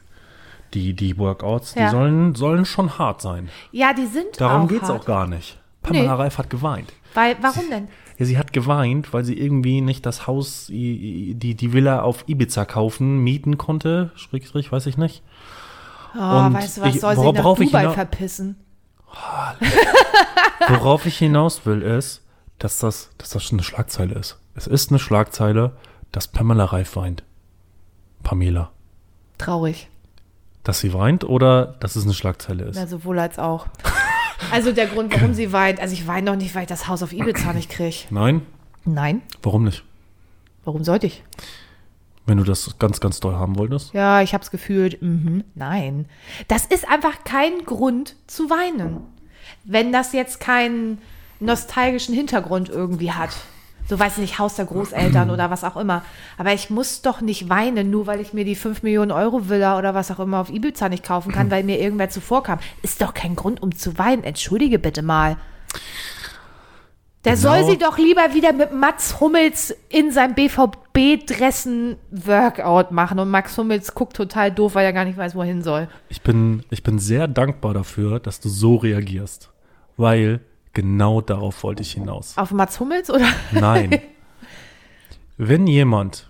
Speaker 1: Die, die Workouts,
Speaker 2: Ja.
Speaker 1: die sollen, sollen schon hart sein.
Speaker 2: Ja, die sind
Speaker 1: Darum
Speaker 2: auch
Speaker 1: geht's
Speaker 2: hart.
Speaker 1: auch gar nicht. Pamela
Speaker 2: Nee.
Speaker 1: Reif hat geweint.
Speaker 2: Weil, warum denn?
Speaker 1: Ja, sie hat geweint, weil sie irgendwie nicht das Haus, i- i- die, die Villa auf Ibiza kaufen, mieten konnte, Schrägstrich, weiß ich nicht.
Speaker 2: Oh,
Speaker 1: Und
Speaker 2: weißt du was,
Speaker 1: ich-
Speaker 2: soll
Speaker 1: worauf-
Speaker 2: sie nach
Speaker 1: worauf ich
Speaker 2: Dubai
Speaker 1: hina-
Speaker 2: verpissen?
Speaker 1: Worauf ich hinaus will, ist, dass das, dass das schon eine Schlagzeile ist. Es ist eine Schlagzeile, dass Pamela Reif weint. Pamela.
Speaker 2: Traurig.
Speaker 1: Dass sie weint oder dass es eine Schlagzeile ist.
Speaker 2: Ja, sowohl als auch. Also der Grund, warum sie weint, also ich weine doch nicht, weil ich das Haus auf Ibiza nicht kriege.
Speaker 1: Nein?
Speaker 2: Nein,
Speaker 1: Warum nicht?
Speaker 2: warum sollte ich?
Speaker 1: Wenn du das ganz, ganz doll haben wolltest.
Speaker 2: Ja, ich hab's gefühlt. Mhm. Nein. Das ist einfach kein Grund zu weinen. Wenn das jetzt keinen nostalgischen Hintergrund irgendwie hat. So weiß ich nicht, Haus der Großeltern oder was auch immer. Aber ich muss doch nicht weinen, nur weil ich mir die 5 Millionen Euro Villa oder was auch immer auf Ibiza nicht kaufen kann, weil mir irgendwer zuvor kam. Ist doch kein Grund, um zu weinen. Entschuldige bitte mal. Der
Speaker 1: Genau.
Speaker 2: soll sie doch lieber wieder mit Mats Hummels in seinem BVB-Dressen Workout machen. Und Max Hummels guckt total doof, weil er gar nicht weiß, wohin soll.
Speaker 1: Ich bin, ich bin sehr dankbar dafür, dass du so reagierst. Weil genau darauf wollte ich hinaus.
Speaker 2: Auf Mats Hummels oder?
Speaker 1: Nein. Wenn jemand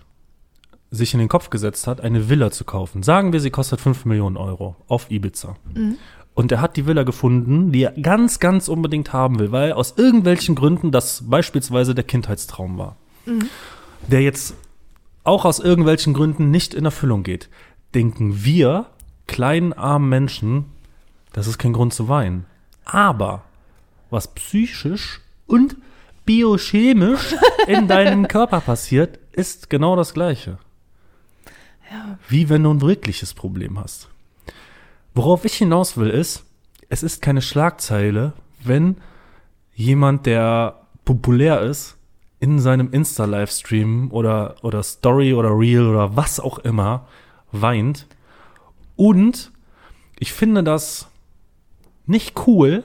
Speaker 1: sich in den Kopf gesetzt hat, eine Villa zu kaufen, sagen wir, sie kostet 5 Millionen Euro auf Ibiza. Und er hat die Villa gefunden, die er ganz, ganz unbedingt haben will, weil aus irgendwelchen Gründen das beispielsweise der Kindheitstraum war. Der jetzt auch aus irgendwelchen Gründen nicht in Erfüllung geht. Denken wir, kleinen armen Menschen, das ist kein Grund zu weinen. Aber was psychisch und biochemisch in deinem Körper passiert, ist genau das Gleiche. Wie wenn du ein wirkliches Problem hast. Worauf ich hinaus will, ist, es ist keine Schlagzeile, wenn jemand, der populär ist, in seinem Insta-Livestream oder, oder Story oder Reel oder was auch immer weint. Und ich finde das nicht cool,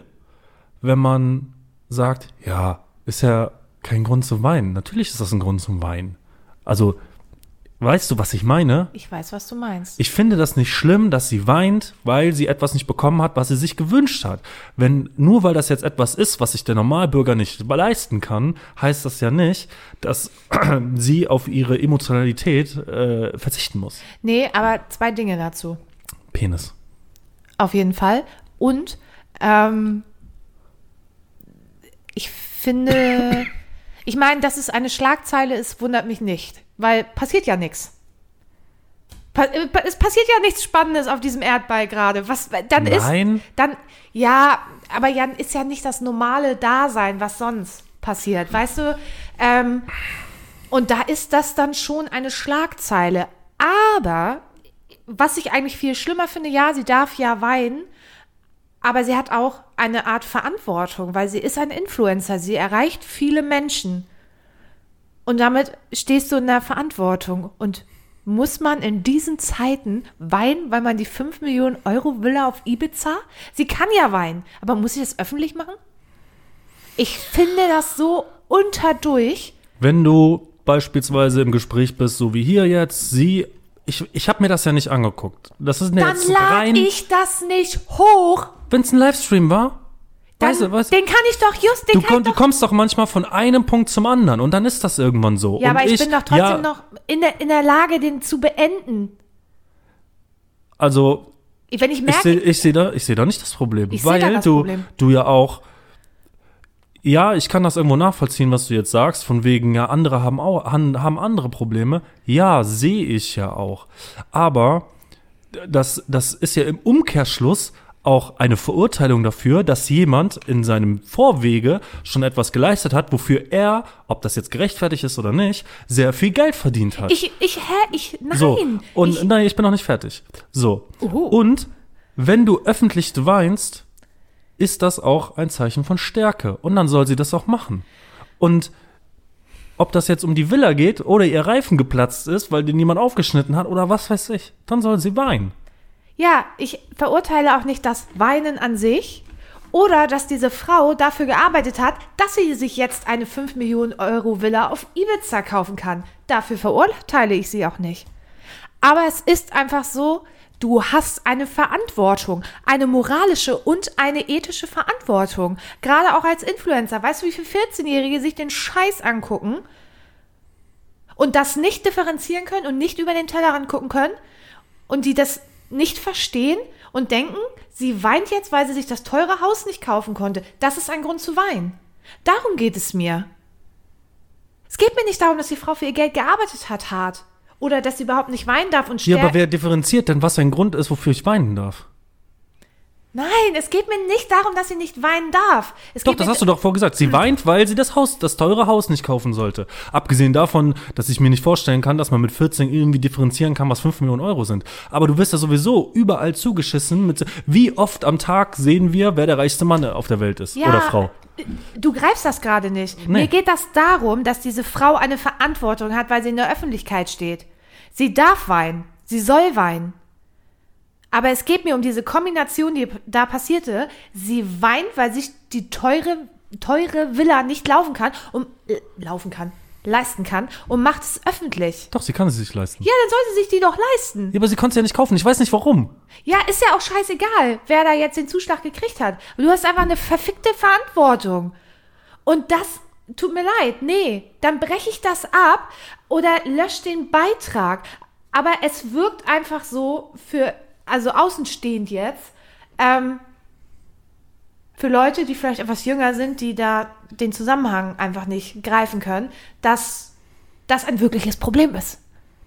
Speaker 1: wenn man sagt, ja, ist ja kein Grund zum Weinen. Natürlich ist das ein Grund zum Weinen. Also, weißt du, was ich meine?
Speaker 2: Ich weiß, was du meinst.
Speaker 1: Ich finde das nicht schlimm, dass sie weint, weil sie etwas nicht bekommen hat, was sie sich gewünscht hat. Wenn nur weil das jetzt etwas ist, was sich der Normalbürger nicht leisten kann, heißt das ja nicht, dass sie auf ihre Emotionalität äh, verzichten muss.
Speaker 2: Nee, aber zwei Dinge dazu.
Speaker 1: Penis.
Speaker 2: Auf jeden Fall. Und ähm, ich finde, ich meine, dass es eine Schlagzeile ist, wundert mich nicht, weil passiert ja nichts. Pa äh, pa- es passiert ja nichts Spannendes auf diesem Erdball gerade. Was dann
Speaker 1: Nein.
Speaker 2: ist dann ja, aber Jan ist ja nicht das normale Dasein, was sonst passiert, weißt du? Ähm, und da ist das dann schon eine Schlagzeile. Aber was ich eigentlich viel schlimmer finde, ja, sie darf ja weinen, aber sie hat auch eine Art Verantwortung, weil sie ist ein Influencer, sie erreicht viele Menschen. Und damit stehst du in der Verantwortung. Und muss man in diesen Zeiten weinen, weil man die 5 Millionen Euro Villa auf Ibiza? Sie kann ja weinen, aber muss sie das öffentlich machen? Ich finde das so unterdurch.
Speaker 1: Wenn du beispielsweise im Gespräch bist, so wie hier jetzt, sie, ich, ich habe mir das ja nicht angeguckt. Das ist
Speaker 2: Dann
Speaker 1: jetzt
Speaker 2: lade
Speaker 1: rein,
Speaker 2: ich das nicht hoch.
Speaker 1: wenn es ein Livestream war.
Speaker 2: Dann,
Speaker 1: weißt du, weißt,
Speaker 2: Den kann ich doch, just, den
Speaker 1: du,
Speaker 2: kann
Speaker 1: komm,
Speaker 2: ich
Speaker 1: du
Speaker 2: doch
Speaker 1: kommst doch manchmal von einem Punkt zum anderen und dann ist das irgendwann so.
Speaker 2: Ja,
Speaker 1: und
Speaker 2: aber ich, bin doch trotzdem
Speaker 1: ja,
Speaker 2: noch in der, in der Lage, den zu beenden.
Speaker 1: Also
Speaker 2: Wenn ich
Speaker 1: ich
Speaker 2: merke,
Speaker 1: sehe ich seh da, ich seh da nicht das Problem,
Speaker 2: Ich seh
Speaker 1: weil
Speaker 2: da das
Speaker 1: du,
Speaker 2: Problem.
Speaker 1: du ja auch ja, ich kann das irgendwo nachvollziehen, was du jetzt sagst, von wegen, ja, andere haben auch, han- haben andere Probleme. Ja, sehe ich ja auch. Aber das, das ist ja im Umkehrschluss auch eine Verurteilung dafür, dass jemand in seinem Vorwege schon etwas geleistet hat, wofür er, ob das jetzt gerechtfertigt ist oder nicht, sehr viel Geld verdient hat.
Speaker 2: ich, ich, hä, ich, nein.
Speaker 1: So, und
Speaker 2: ich,
Speaker 1: nein, ich bin noch nicht fertig. So.
Speaker 2: Uhu.
Speaker 1: Und wenn du öffentlich weinst, ist das auch ein Zeichen von Stärke. Und dann soll sie das auch machen. Und ob das jetzt um die Villa geht oder ihr Reifen geplatzt ist, weil den jemand aufgeschnitten hat oder was weiß ich, dann soll sie weinen.
Speaker 2: ja, ich verurteile auch nicht das Weinen an sich oder dass diese Frau dafür gearbeitet hat, dass sie sich jetzt eine 5 Millionen Euro Villa auf Ibiza kaufen kann. Dafür verurteile ich sie auch nicht. Aber es ist einfach so, du hast eine Verantwortung, eine moralische und eine ethische Verantwortung. Gerade auch als Influencer. Weißt du, wie viele 14-Jährige sich den Scheiß angucken und das nicht differenzieren können und nicht über den Tellerrand gucken können und die das nicht verstehen und denken, sie weint jetzt, weil sie sich das teure Haus nicht kaufen konnte. Das ist ein Grund zu weinen. Darum geht es mir. Es geht mir nicht darum, dass die Frau für ihr Geld gearbeitet hat, hart. Oder dass sie überhaupt nicht weinen darf und
Speaker 1: Ja,
Speaker 2: stärkt.
Speaker 1: aber wer differenziert denn, was ein Grund ist, wofür ich weinen darf?
Speaker 2: Nein, es geht mir nicht darum, dass sie nicht weinen darf. Es
Speaker 1: Doch,
Speaker 2: geht
Speaker 1: das
Speaker 2: mir
Speaker 1: hast du doch vorgesagt. Sie weint, weil sie das Haus, das teure Haus nicht kaufen sollte. Abgesehen davon, dass ich mir nicht vorstellen kann, dass man mit 14 irgendwie differenzieren kann, was 5 Millionen Euro sind. Aber du wirst ja sowieso überall zugeschissen mit, wie oft am Tag sehen wir, wer der reichste Mann auf der Welt ist
Speaker 2: Ja. äh,
Speaker 1: oder Frau.
Speaker 2: Du greifst das gerade nicht.
Speaker 1: Nee.
Speaker 2: Mir geht das darum, dass diese Frau eine Verantwortung hat, weil sie in der Öffentlichkeit steht. Sie darf weinen. Sie soll weinen. Aber es geht mir um diese Kombination, die da passierte. Sie weint, weil sich die teure, teure Villa nicht laufen kann, um, äh, laufen kann, leisten kann und macht es öffentlich.
Speaker 1: Doch, sie kann es sich leisten.
Speaker 2: Ja, dann soll sie sich die doch leisten.
Speaker 1: Ja, aber sie konnte es ja nicht kaufen. Ich weiß nicht warum.
Speaker 2: Ja, ist ja auch scheißegal, wer da jetzt den Zuschlag gekriegt hat. Aber Du hast einfach eine verfickte Verantwortung. Und das tut mir leid. Nee, dann breche ich das ab oder lösche den Beitrag. Aber es wirkt einfach so für, also außenstehend jetzt, ähm, für Leute, die vielleicht etwas jünger sind, die da den Zusammenhang einfach nicht greifen können, dass das ein wirkliches Problem ist.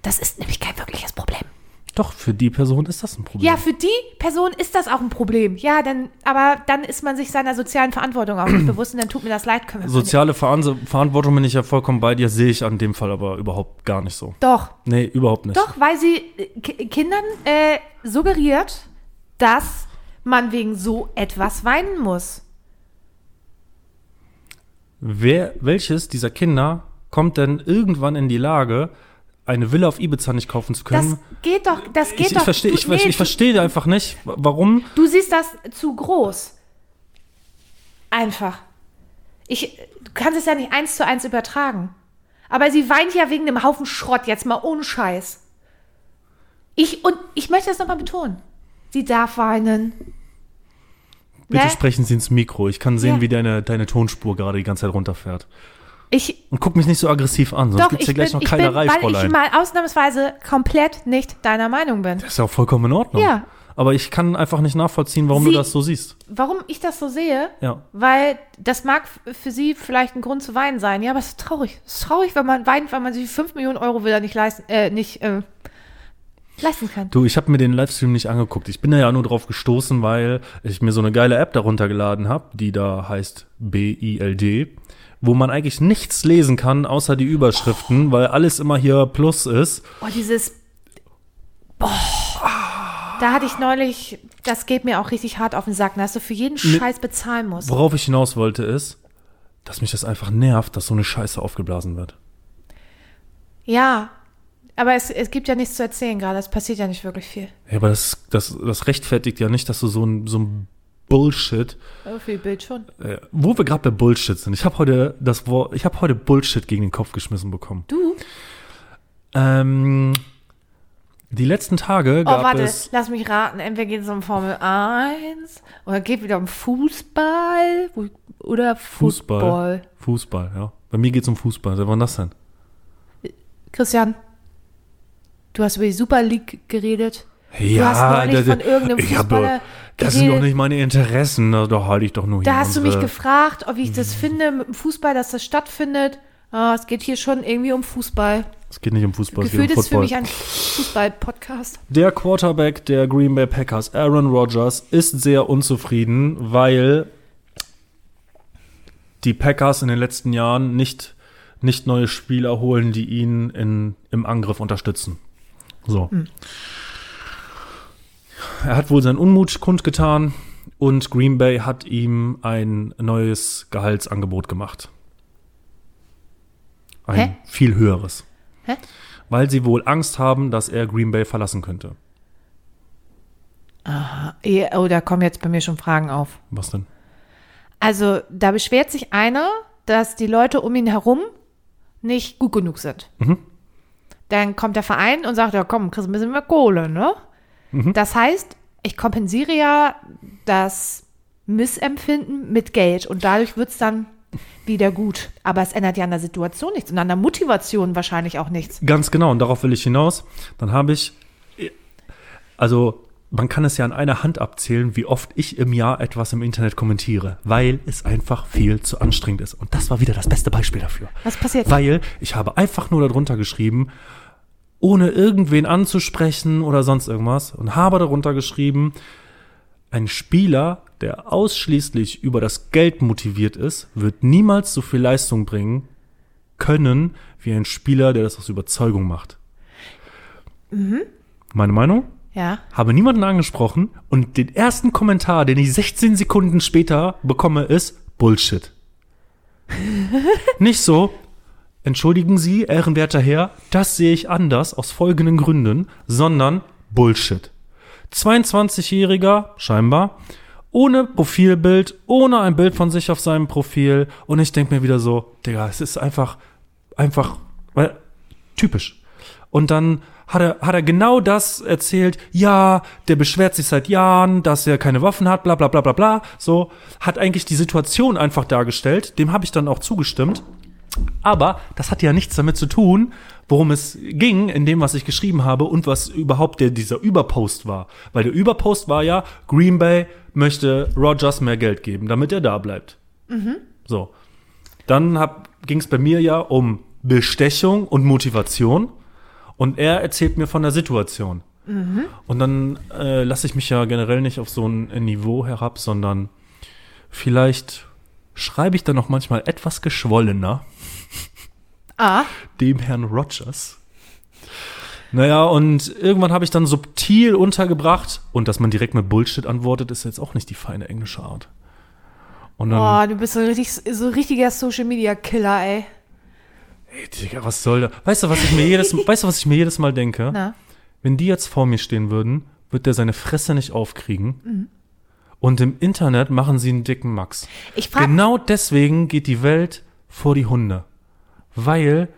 Speaker 2: Das ist nämlich kein wirkliches Problem.
Speaker 1: Doch, für die Person ist das ein Problem.
Speaker 2: Ja, für die Person ist das auch ein Problem. Ja, dann, aber dann ist man sich seiner sozialen Verantwortung auch nicht bewusst und dann tut mir das leid. Können wir
Speaker 1: Soziale Veran- Verantwortung bin ich ja vollkommen bei dir, sehe ich an dem Fall aber überhaupt gar nicht so.
Speaker 2: Doch,
Speaker 1: Nee, überhaupt nicht.
Speaker 2: doch, weil sie äh, Ki- Kindern äh, suggeriert, dass man wegen so etwas weinen muss.
Speaker 1: Wer, welches dieser Kinder kommt denn irgendwann in die Lage, eine Villa auf Ibiza nicht kaufen zu
Speaker 2: Das
Speaker 1: können?
Speaker 2: geht doch, das geht
Speaker 1: ich,
Speaker 2: doch.
Speaker 1: ich verstehe,
Speaker 2: du,
Speaker 1: ich, ver-
Speaker 2: nee,
Speaker 1: ich verstehe einfach nicht, wa- warum.
Speaker 2: Du siehst das zu groß. Einfach. Ich, du kannst es ja nicht eins zu eins übertragen. Aber sie weint ja wegen einem Haufen Schrott, jetzt mal ohne Scheiß. Ich, und ich möchte das nochmal betonen. Sie darf weinen.
Speaker 1: Bitte
Speaker 2: Ne?
Speaker 1: sprechen Sie ins Mikro. Ich kann sehen,
Speaker 2: Ja.
Speaker 1: wie deine, deine Tonspur gerade die ganze Zeit runterfährt.
Speaker 2: Ich,
Speaker 1: Und guck mich nicht so aggressiv an, sonst
Speaker 2: doch,
Speaker 1: gibt's
Speaker 2: ich
Speaker 1: hier
Speaker 2: bin,
Speaker 1: gleich noch
Speaker 2: ich bin,
Speaker 1: Keilerei,
Speaker 2: weil ich
Speaker 1: Fräulein.
Speaker 2: mal ausnahmsweise komplett nicht deiner Meinung bin.
Speaker 1: Ist ja auch vollkommen in Ordnung.
Speaker 2: Ja.
Speaker 1: Aber ich kann einfach nicht nachvollziehen, warum du
Speaker 2: Sie-
Speaker 1: das so siehst.
Speaker 2: Warum ich das so sehe,
Speaker 1: Ja.
Speaker 2: weil das mag f- für sie vielleicht ein Grund zu weinen sein. Ja, aber es ist traurig. Es ist traurig, wenn man weint, weil man sich 5 Millionen Euro wieder nicht leisten, äh, nicht, äh, leisten kann.
Speaker 1: Du, ich habe mir den Livestream nicht angeguckt. Ich bin da ja nur drauf gestoßen, weil ich mir so eine geile App darunter geladen habe, die da heißt BILD, wo man eigentlich nichts lesen kann, außer die Überschriften, weil alles immer hier Plus ist.
Speaker 2: Oh, dieses, Da hatte ich neulich, das geht mir auch richtig hart auf den Sack, dass du für jeden
Speaker 1: Nee.
Speaker 2: Scheiß bezahlen musst.
Speaker 1: Worauf ich hinaus wollte ist, dass mich das einfach nervt, dass so eine Scheiße aufgeblasen wird.
Speaker 2: Ja, aber es, es gibt ja nichts zu erzählen gerade, es passiert ja nicht wirklich viel.
Speaker 1: Ja, aber das, das, das rechtfertigt ja nicht, dass du so ein, so ein Bullshit,
Speaker 2: Oh, viel Bild schon.
Speaker 1: äh, wo wir gerade bei Bullshit sind. Ich habe heute das Wort, ich habe heute Bullshit gegen den Kopf geschmissen bekommen.
Speaker 2: Du?
Speaker 1: Ähm, die letzten Tage
Speaker 2: Oh,
Speaker 1: gab
Speaker 2: warte,
Speaker 1: es
Speaker 2: lass mich raten. Entweder geht es um Formel 1 oder geht wieder um Fußball wo- oder
Speaker 1: Fußball.
Speaker 2: Football.
Speaker 1: Fußball, ja. Bei mir geht's um Fußball. Seit wann das denn?
Speaker 2: Christian, du hast über die Super League geredet. du hast neulich
Speaker 1: das-
Speaker 2: von irgendeinem
Speaker 1: ich hab-
Speaker 2: Fußballer
Speaker 1: das sind doch
Speaker 2: geredet.
Speaker 1: nicht meine Interessen. also Da, da halte ich doch nur
Speaker 2: Da
Speaker 1: hier äh,
Speaker 2: hast du mich
Speaker 1: unsere-
Speaker 2: gefragt, ob ich
Speaker 1: Mhm.
Speaker 2: das finde mit dem Fußball, dass das stattfindet. Ah, es geht hier schon irgendwie um Fußball.
Speaker 1: Es geht nicht um Fußball, es geht um
Speaker 2: Gefühlt ist für
Speaker 1: Football.
Speaker 2: mich ein Fußball-Podcast.
Speaker 1: Der Quarterback der Green Bay Packers, Aaron Rodgers, ist sehr unzufrieden, weil die Packers in den letzten Jahren nicht, nicht neue Spieler holen, die ihn in, im Angriff unterstützen. So. Er hat wohl seinen Unmut kundgetan und Green Bay hat ihm ein neues Gehaltsangebot gemacht. Ein
Speaker 2: Hä?
Speaker 1: viel höheres.
Speaker 2: Hä?
Speaker 1: Weil sie wohl Angst haben, dass er Green Bay verlassen könnte.
Speaker 2: Ja, Oh, da kommen jetzt bei mir schon Fragen auf.
Speaker 1: Was denn?
Speaker 2: Also, da beschwert sich einer, dass die Leute um ihn herum nicht gut genug sind. Dann kommt der Verein und sagt, ja komm, kriegst ein bisschen mehr Kohle, ne? Das heißt, ich kompensiere ja das Missempfinden mit Geld und dadurch wird es dann wieder gut. Aber es ändert ja an der Situation nichts und an der Motivation wahrscheinlich auch nichts.
Speaker 1: Ganz genau, und darauf will ich hinaus. Dann habe ich, äh, also man kann es ja an einer Hand abzählen, wie oft ich im Jahr etwas im Internet kommentiere, weil es einfach viel zu anstrengend ist. Und das war wieder das beste Beispiel dafür.
Speaker 2: Was passiert?
Speaker 1: Weil ich habe einfach nur darunter geschrieben, ohne irgendwen anzusprechen oder sonst irgendwas, und habe darunter geschrieben, ein Spieler, der ausschließlich über das Geld motiviert ist, wird niemals so viel Leistung bringen können wie ein Spieler, der das aus Überzeugung macht. Meine Meinung?
Speaker 2: Ja.
Speaker 1: Habe niemanden angesprochen und den ersten Kommentar, den ich 16 Sekunden später bekomme, ist Bullshit. Nicht so. Entschuldigen Sie, ehrenwerter Herr, das sehe ich anders aus folgenden Gründen, sondern Bullshit. 22-Jähriger, scheinbar, ohne Profilbild, ohne ein Bild von sich auf seinem Profil. Und ich denke mir wieder so, Digga, es ist einfach, einfach äh, typisch. Und dann hat er, hat er genau das erzählt, ja, der beschwert sich seit Jahren, dass er keine Waffen hat, bla bla bla bla bla. So, hat eigentlich die Situation einfach dargestellt, dem habe ich dann auch zugestimmt. Aber das hat ja nichts damit zu tun, worum es ging in dem, was ich geschrieben habe und was überhaupt der, dieser Überpost war. Weil der Überpost war ja, Green Bay möchte Rogers mehr Geld geben, damit er da bleibt. So. Dann ging es bei mir ja um Bestechung und Motivation. Und er erzählt mir von der Situation. Und dann äh, lasse ich mich ja generell nicht auf so ein äh, Niveau herab, sondern vielleicht schreibe ich dann noch manchmal etwas geschwollener
Speaker 2: Ah,
Speaker 1: dem Herrn Rogers. Naja, und irgendwann habe ich dann subtil untergebracht, und dass man direkt mit Bullshit antwortet, ist jetzt auch nicht die feine englische Art. Und dann,
Speaker 2: boah, du bist so, richtig, so ein richtiger Social-Media-Killer, ey.
Speaker 1: ey, Digga, was soll da? Weißt du, was ich mir jedes, weißt du, was ich mir jedes Mal denke?
Speaker 2: Na?
Speaker 1: Wenn die jetzt vor mir stehen würden, wird der seine Fresse nicht aufkriegen. Und im Internet machen sie einen dicken Max.
Speaker 2: Ich frage
Speaker 1: Genau deswegen geht die Welt vor die Hunde. Weil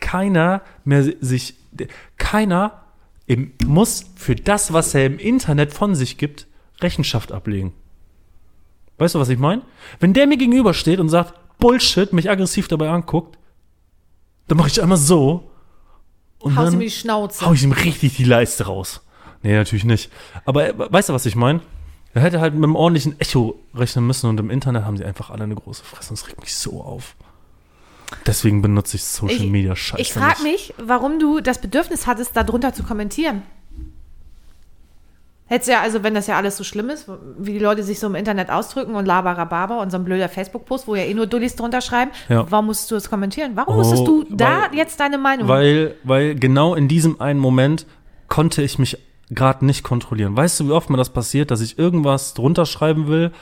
Speaker 1: keiner mehr sich, keiner im, muss für das, was er im Internet von sich gibt, Rechenschaft ablegen. Weißt du, was ich meine? Wenn der mir gegenübersteht und sagt, Bullshit, mich aggressiv dabei anguckt, dann mache ich einmal so. Und
Speaker 2: haust du
Speaker 1: dann
Speaker 2: mir die Schnauze.
Speaker 1: hau ich ihm richtig die Leiste raus. Nee, natürlich nicht. Aber äh, weißt du, was ich meine? Er hätte halt mit einem ordentlichen Echo rechnen müssen und im Internet haben sie einfach alle eine große Fresse und es regt mich so auf. Deswegen benutze ich Social
Speaker 2: Ich-
Speaker 1: Media Scheiße.
Speaker 2: Ich frage
Speaker 1: nicht.
Speaker 2: mich, warum du das Bedürfnis hattest, darunter zu kommentieren. Hättest ja, also wenn das ja alles so schlimm ist, wie die Leute sich so im Internet ausdrücken und labarababa und so ein blöder Facebook-Post, wo ja eh nur Dullis drunter schreiben,
Speaker 1: Ja.
Speaker 2: warum musstest du das kommentieren? Warum
Speaker 1: Oh,
Speaker 2: musstest du da
Speaker 1: weil-
Speaker 2: jetzt deine Meinung?
Speaker 1: Weil, weil genau in diesem einen Moment konnte ich mich gerade nicht kontrollieren. Weißt du, wie oft mir das passiert, dass ich irgendwas drunter schreiben will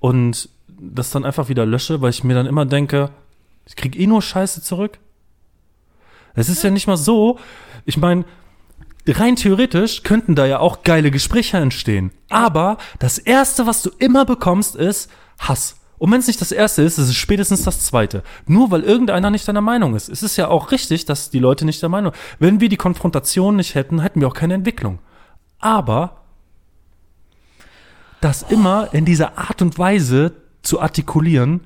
Speaker 1: und das dann einfach wieder lösche, weil ich mir dann immer denke, ich krieg eh nur Scheiße zurück. Es ist ja nicht mal so. Ich meine, rein theoretisch könnten da ja auch geile Gespräche entstehen. Aber das Erste, was du immer bekommst, ist Hass. Und wenn es nicht das Erste ist, ist es spätestens das Zweite. Nur weil irgendeiner nicht deiner Meinung ist. Es ist ja auch richtig, dass die Leute nicht der Meinung Wenn wir die Konfrontation nicht hätten, hätten wir auch keine Entwicklung. Aber das immer in dieser Art und Weise zu artikulieren,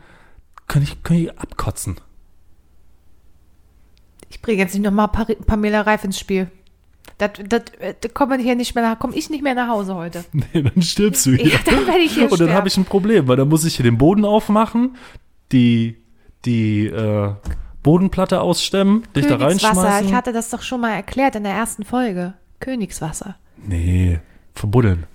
Speaker 1: kann ich, kann ich abkotzen.
Speaker 2: Ich bringe jetzt nicht nochmal Pamela Reif ins Spiel. Das, das, äh, da komme hier nicht mehr nach, komme ich nicht mehr nach Hause heute.
Speaker 1: Nee, dann stirbst du hier.
Speaker 2: Ja, dann werde ich hier
Speaker 1: und dann
Speaker 2: sterben.
Speaker 1: habe ich ein Problem, weil dann muss ich hier den Boden aufmachen, die, die äh, Bodenplatte ausstemmen, dich da
Speaker 2: Königswasser,
Speaker 1: reinschmeißen.
Speaker 2: ich hatte das doch schon mal erklärt in der ersten Folge. Königswasser.
Speaker 1: nee, verbuddeln.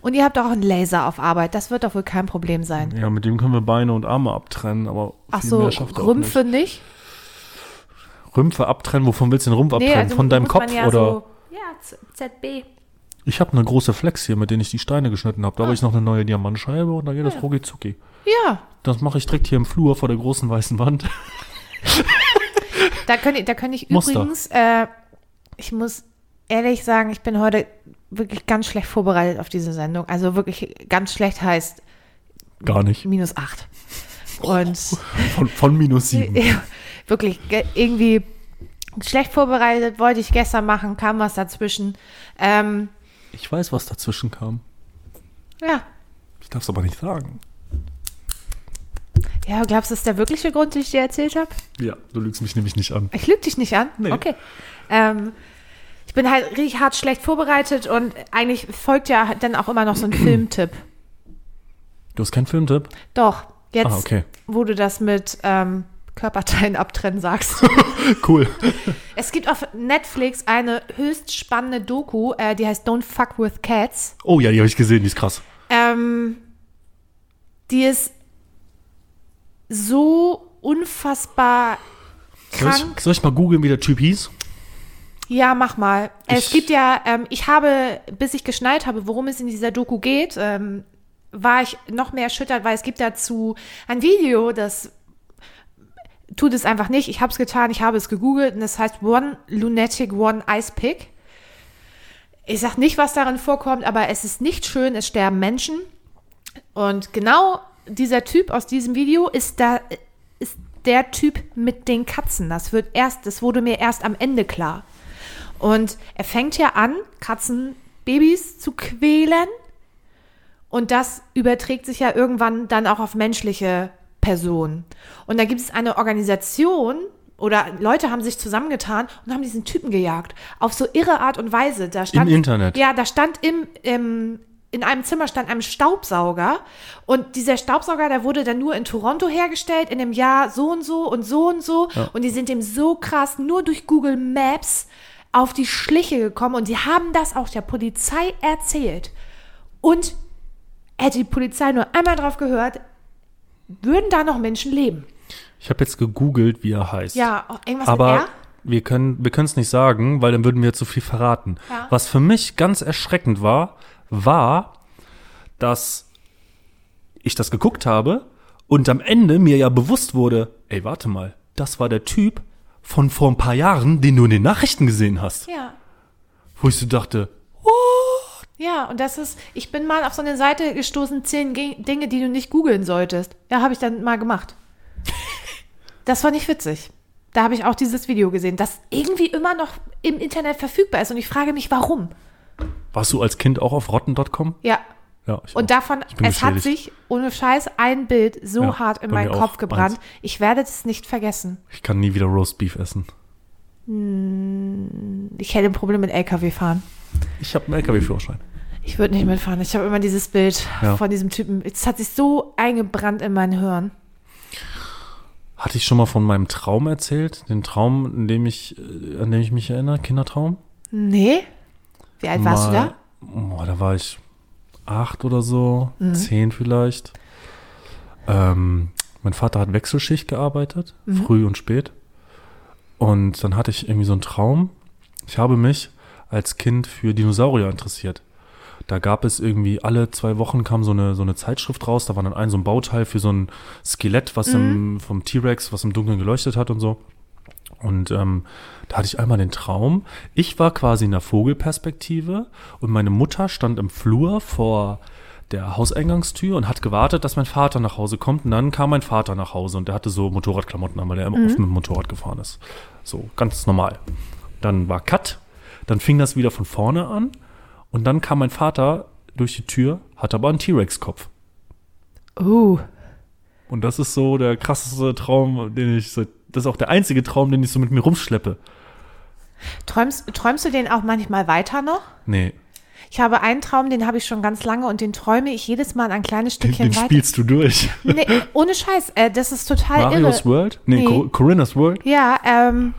Speaker 2: Und ihr habt auch einen Laser auf Arbeit, das wird doch wohl kein Problem sein.
Speaker 1: Ja, mit dem können wir Beine und Arme abtrennen, aber
Speaker 2: Ach
Speaker 1: Mhm. viel
Speaker 2: so,
Speaker 1: mehr schafft er auch
Speaker 2: Rümpfe nicht?
Speaker 1: nicht. Rümpfe abtrennen, wovon willst du den Rumpf abtrennen? Von deinem
Speaker 2: also muss
Speaker 1: Kopf
Speaker 2: man ja
Speaker 1: oder?
Speaker 2: So, ja, Z- ZB.
Speaker 1: Ich habe eine große Flex hier, mit denen ich die Steine geschnitten
Speaker 2: Ah.
Speaker 1: habe. Da habe ich noch eine neue Diamantscheibe und da geht das rucki zucki.
Speaker 2: Ja,
Speaker 1: Das mache ich direkt hier im Flur vor der großen weißen Wand.
Speaker 2: da könnte da könnt ich
Speaker 1: Muster.
Speaker 2: übrigens, äh, ich muss ehrlich sagen, ich bin heute wirklich ganz schlecht vorbereitet auf diese Sendung. Also wirklich ganz schlecht heißt
Speaker 1: Gar nicht.
Speaker 2: minus acht. Und
Speaker 1: Von, von minus sieben.
Speaker 2: Ja, wirklich ge- irgendwie schlecht vorbereitet, wollte ich gestern machen, kam was dazwischen. Ähm,
Speaker 1: Ich weiß, was dazwischen kam.
Speaker 2: ja.
Speaker 1: Ich darf es aber nicht sagen.
Speaker 2: ja, glaubst du, das ist der wirkliche Grund, den ich dir erzählt habe?
Speaker 1: Ja, du lügst mich nämlich nicht an.
Speaker 2: Ich lüge dich nicht an?
Speaker 1: Nee.
Speaker 2: Okay. Ähm, ich bin halt richtig hart schlecht vorbereitet und eigentlich folgt ja dann auch immer noch so ein Filmtipp.
Speaker 1: Du hast keinen Filmtipp?
Speaker 2: Doch, jetzt,
Speaker 1: Ah, okay.
Speaker 2: wo du das mit ähm, Körperteilen abtrennen sagst.
Speaker 1: Cool.
Speaker 2: es gibt auf Netflix eine höchst spannende Doku, äh, die heißt Don't Fuck with Cats.
Speaker 1: Oh ja, die habe ich gesehen, die ist krass.
Speaker 2: ähm, die ist so unfassbar
Speaker 1: Soll
Speaker 2: krank.
Speaker 1: ich, soll ich mal googeln, wie der Typ hieß?
Speaker 2: Ja, mach mal. es
Speaker 1: Ich-
Speaker 2: gibt ja, ähm, ich habe, bis ich geschnallt habe, worum es in dieser Doku geht, ähm, war ich noch mehr erschüttert, weil es gibt dazu ein Video, das tut es einfach nicht. Ich habe es getan, ich habe es gegoogelt und es heißt One Lunatic, One Ice Pick. Ich sag nicht, was darin vorkommt, aber es ist nicht schön, es sterben Menschen. Und genau dieser Typ aus diesem Video ist da ist der Typ mit den Katzen. Das wird erst, das wurde mir erst am Ende klar. Und er fängt ja an, Katzenbabys zu quälen. Und das überträgt sich ja irgendwann dann auch auf menschliche Personen. Und da gibt es eine Organisation oder Leute haben sich zusammengetan und haben diesen Typen gejagt. Auf so irre Art und Weise. Da stand,
Speaker 1: Internet.
Speaker 2: Ja, da stand im, im in einem Zimmer stand ein Staubsauger und dieser Staubsauger, der wurde dann nur in Toronto hergestellt, in dem Jahr so und so und so und so. Und die sind dem so krass nur durch Google Maps auf die Schliche gekommen und die haben das auch der Polizei erzählt. Und hätte die Polizei nur einmal drauf gehört, würden da noch Menschen leben.
Speaker 1: Ich habe jetzt gegoogelt, wie er heißt.
Speaker 2: Ja, oh, irgendwas mit
Speaker 1: Aber
Speaker 2: R?
Speaker 1: wir können wir es nicht sagen, weil dann würden wir zu viel verraten.
Speaker 2: Ja.
Speaker 1: Was für mich ganz erschreckend war, war, dass ich das geguckt habe und am Ende mir ja bewusst wurde, ey, warte mal, das war der Typ von vor ein paar Jahren, den du in den Nachrichten gesehen hast.
Speaker 2: Ja.
Speaker 1: Wo ich so dachte,
Speaker 2: Ja, und das ist, ich bin mal auf so eine Seite gestoßen, zehn Ge- Dinge, die du nicht googeln solltest. Ja, habe ich dann mal gemacht. Das war nicht witzig. Da habe ich auch dieses Video gesehen, das irgendwie immer noch im Internet verfügbar ist. Und ich frage mich, warum?
Speaker 1: warst du als Kind auch auf rotten.com?
Speaker 2: Ja.
Speaker 1: Ja, ich
Speaker 2: Und
Speaker 1: auch.
Speaker 2: davon,
Speaker 1: Ich bin
Speaker 2: es hat
Speaker 1: geschädigt.
Speaker 2: sich ohne Scheiß ein Bild so
Speaker 1: Ja,
Speaker 2: hart in
Speaker 1: bei
Speaker 2: meinen
Speaker 1: mir auch.
Speaker 2: Kopf gebrannt.
Speaker 1: Eins.
Speaker 2: Ich werde es nicht vergessen.
Speaker 1: ich kann nie wieder Roast Beef essen.
Speaker 2: Ich hätte ein Problem mit LKW fahren.
Speaker 1: Ich habe einen LKW-Führerschein.
Speaker 2: Ich würde nicht mitfahren. Ich habe immer dieses Bild
Speaker 1: Ja.
Speaker 2: von diesem Typen. Es hat sich so eingebrannt in mein Hirn.
Speaker 1: Hatte ich schon mal von meinem Traum erzählt? Den Traum, in dem ich, äh, an dem ich mich erinnere, Kindertraum?
Speaker 2: Nee? Wie alt warst du da?
Speaker 1: Mal- Boah, da war ich acht oder so,
Speaker 2: Mhm.
Speaker 1: zehn vielleicht. Ähm, mein Vater hat Wechselschicht gearbeitet,
Speaker 2: Mhm.
Speaker 1: früh und spät. Und dann hatte ich irgendwie so einen Traum. Ich habe mich als Kind für Dinosaurier interessiert. Da gab es irgendwie alle zwei Wochen kam so eine, so eine Zeitschrift raus, da war dann ein so ein Bauteil für so ein Skelett, was
Speaker 2: Mhm.
Speaker 1: im, vom T-Rex, was im Dunkeln geleuchtet hat und so. Und ähm, da hatte ich einmal den Traum. Ich war quasi in der Vogelperspektive und meine Mutter stand im Flur vor der Hauseingangstür und hat gewartet, dass mein Vater nach Hause kommt. Und dann kam mein Vater nach Hause und der hatte so Motorradklamotten an, weil er immer oft mit dem Motorrad gefahren ist. So, ganz normal. Dann war Cut. Dann fing das wieder von vorne an. Und dann kam mein Vater durch die Tür, hat aber einen T-Rex-Kopf.
Speaker 2: Oh.
Speaker 1: Und das ist so der krasseste Traum, den ich seit. Das ist auch der einzige Traum, den ich so mit mir rumschleppe.
Speaker 2: Träumst, träumst du den auch manchmal weiter noch?
Speaker 1: Nee,
Speaker 2: Ich habe einen Traum, den habe ich schon ganz lange und den träume ich jedes Mal ein kleines
Speaker 1: den,
Speaker 2: Stückchen
Speaker 1: den
Speaker 2: weiter.
Speaker 1: spielst du durch.
Speaker 2: Nee, ohne Scheiß, äh, das ist total
Speaker 1: Marios
Speaker 2: irre.
Speaker 1: World? Nee,
Speaker 2: Nee.
Speaker 1: Cor Corinna's World.
Speaker 2: Ja, ähm,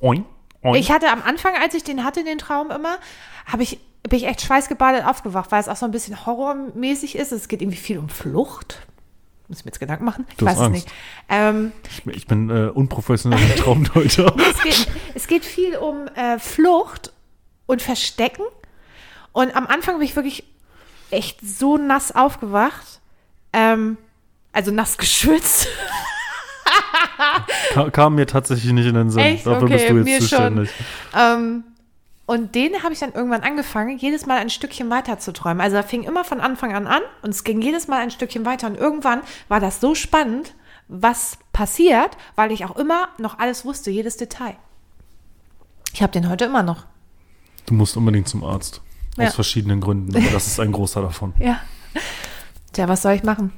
Speaker 1: Oin, oin.
Speaker 2: ich hatte am Anfang, als ich den hatte, den Traum immer, habe ich bin ich echt schweißgebadet aufgewacht, weil es auch so ein bisschen horrormäßig ist. Es geht irgendwie viel um Flucht. Muss ich mir jetzt Gedanken machen? Ich
Speaker 1: Du hast
Speaker 2: weiß es
Speaker 1: Angst.
Speaker 2: nicht. Ähm,
Speaker 1: Ich bin äh, unprofessioneller Traumdeuter.
Speaker 2: es, geht, es geht viel um äh, Flucht und Verstecken. Und am Anfang bin ich wirklich echt so nass aufgewacht. Ähm, also nass geschwitzt.
Speaker 1: Ka kam mir tatsächlich nicht in den Sinn.
Speaker 2: Echt?
Speaker 1: Dafür bist
Speaker 2: Okay,
Speaker 1: du jetzt
Speaker 2: mir schon.
Speaker 1: zuständig.
Speaker 2: Ähm, und den habe ich dann irgendwann angefangen, jedes Mal ein Stückchen weiter zu träumen. Also er fing immer von Anfang an an und es ging jedes Mal ein Stückchen weiter. Und irgendwann war das so spannend, was passiert, weil ich auch immer noch alles wusste, jedes Detail. Ich habe den heute immer noch.
Speaker 1: Du musst unbedingt zum Arzt.
Speaker 2: Ja.
Speaker 1: Aus verschiedenen Gründen. Aber das ist ein großer davon.
Speaker 2: Ja. Tja, was soll ich machen?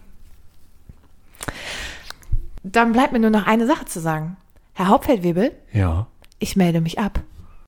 Speaker 2: Dann bleibt mir nur noch eine Sache zu sagen. Herr Hauptfeldwebel,
Speaker 1: Ja.
Speaker 2: ich melde mich ab.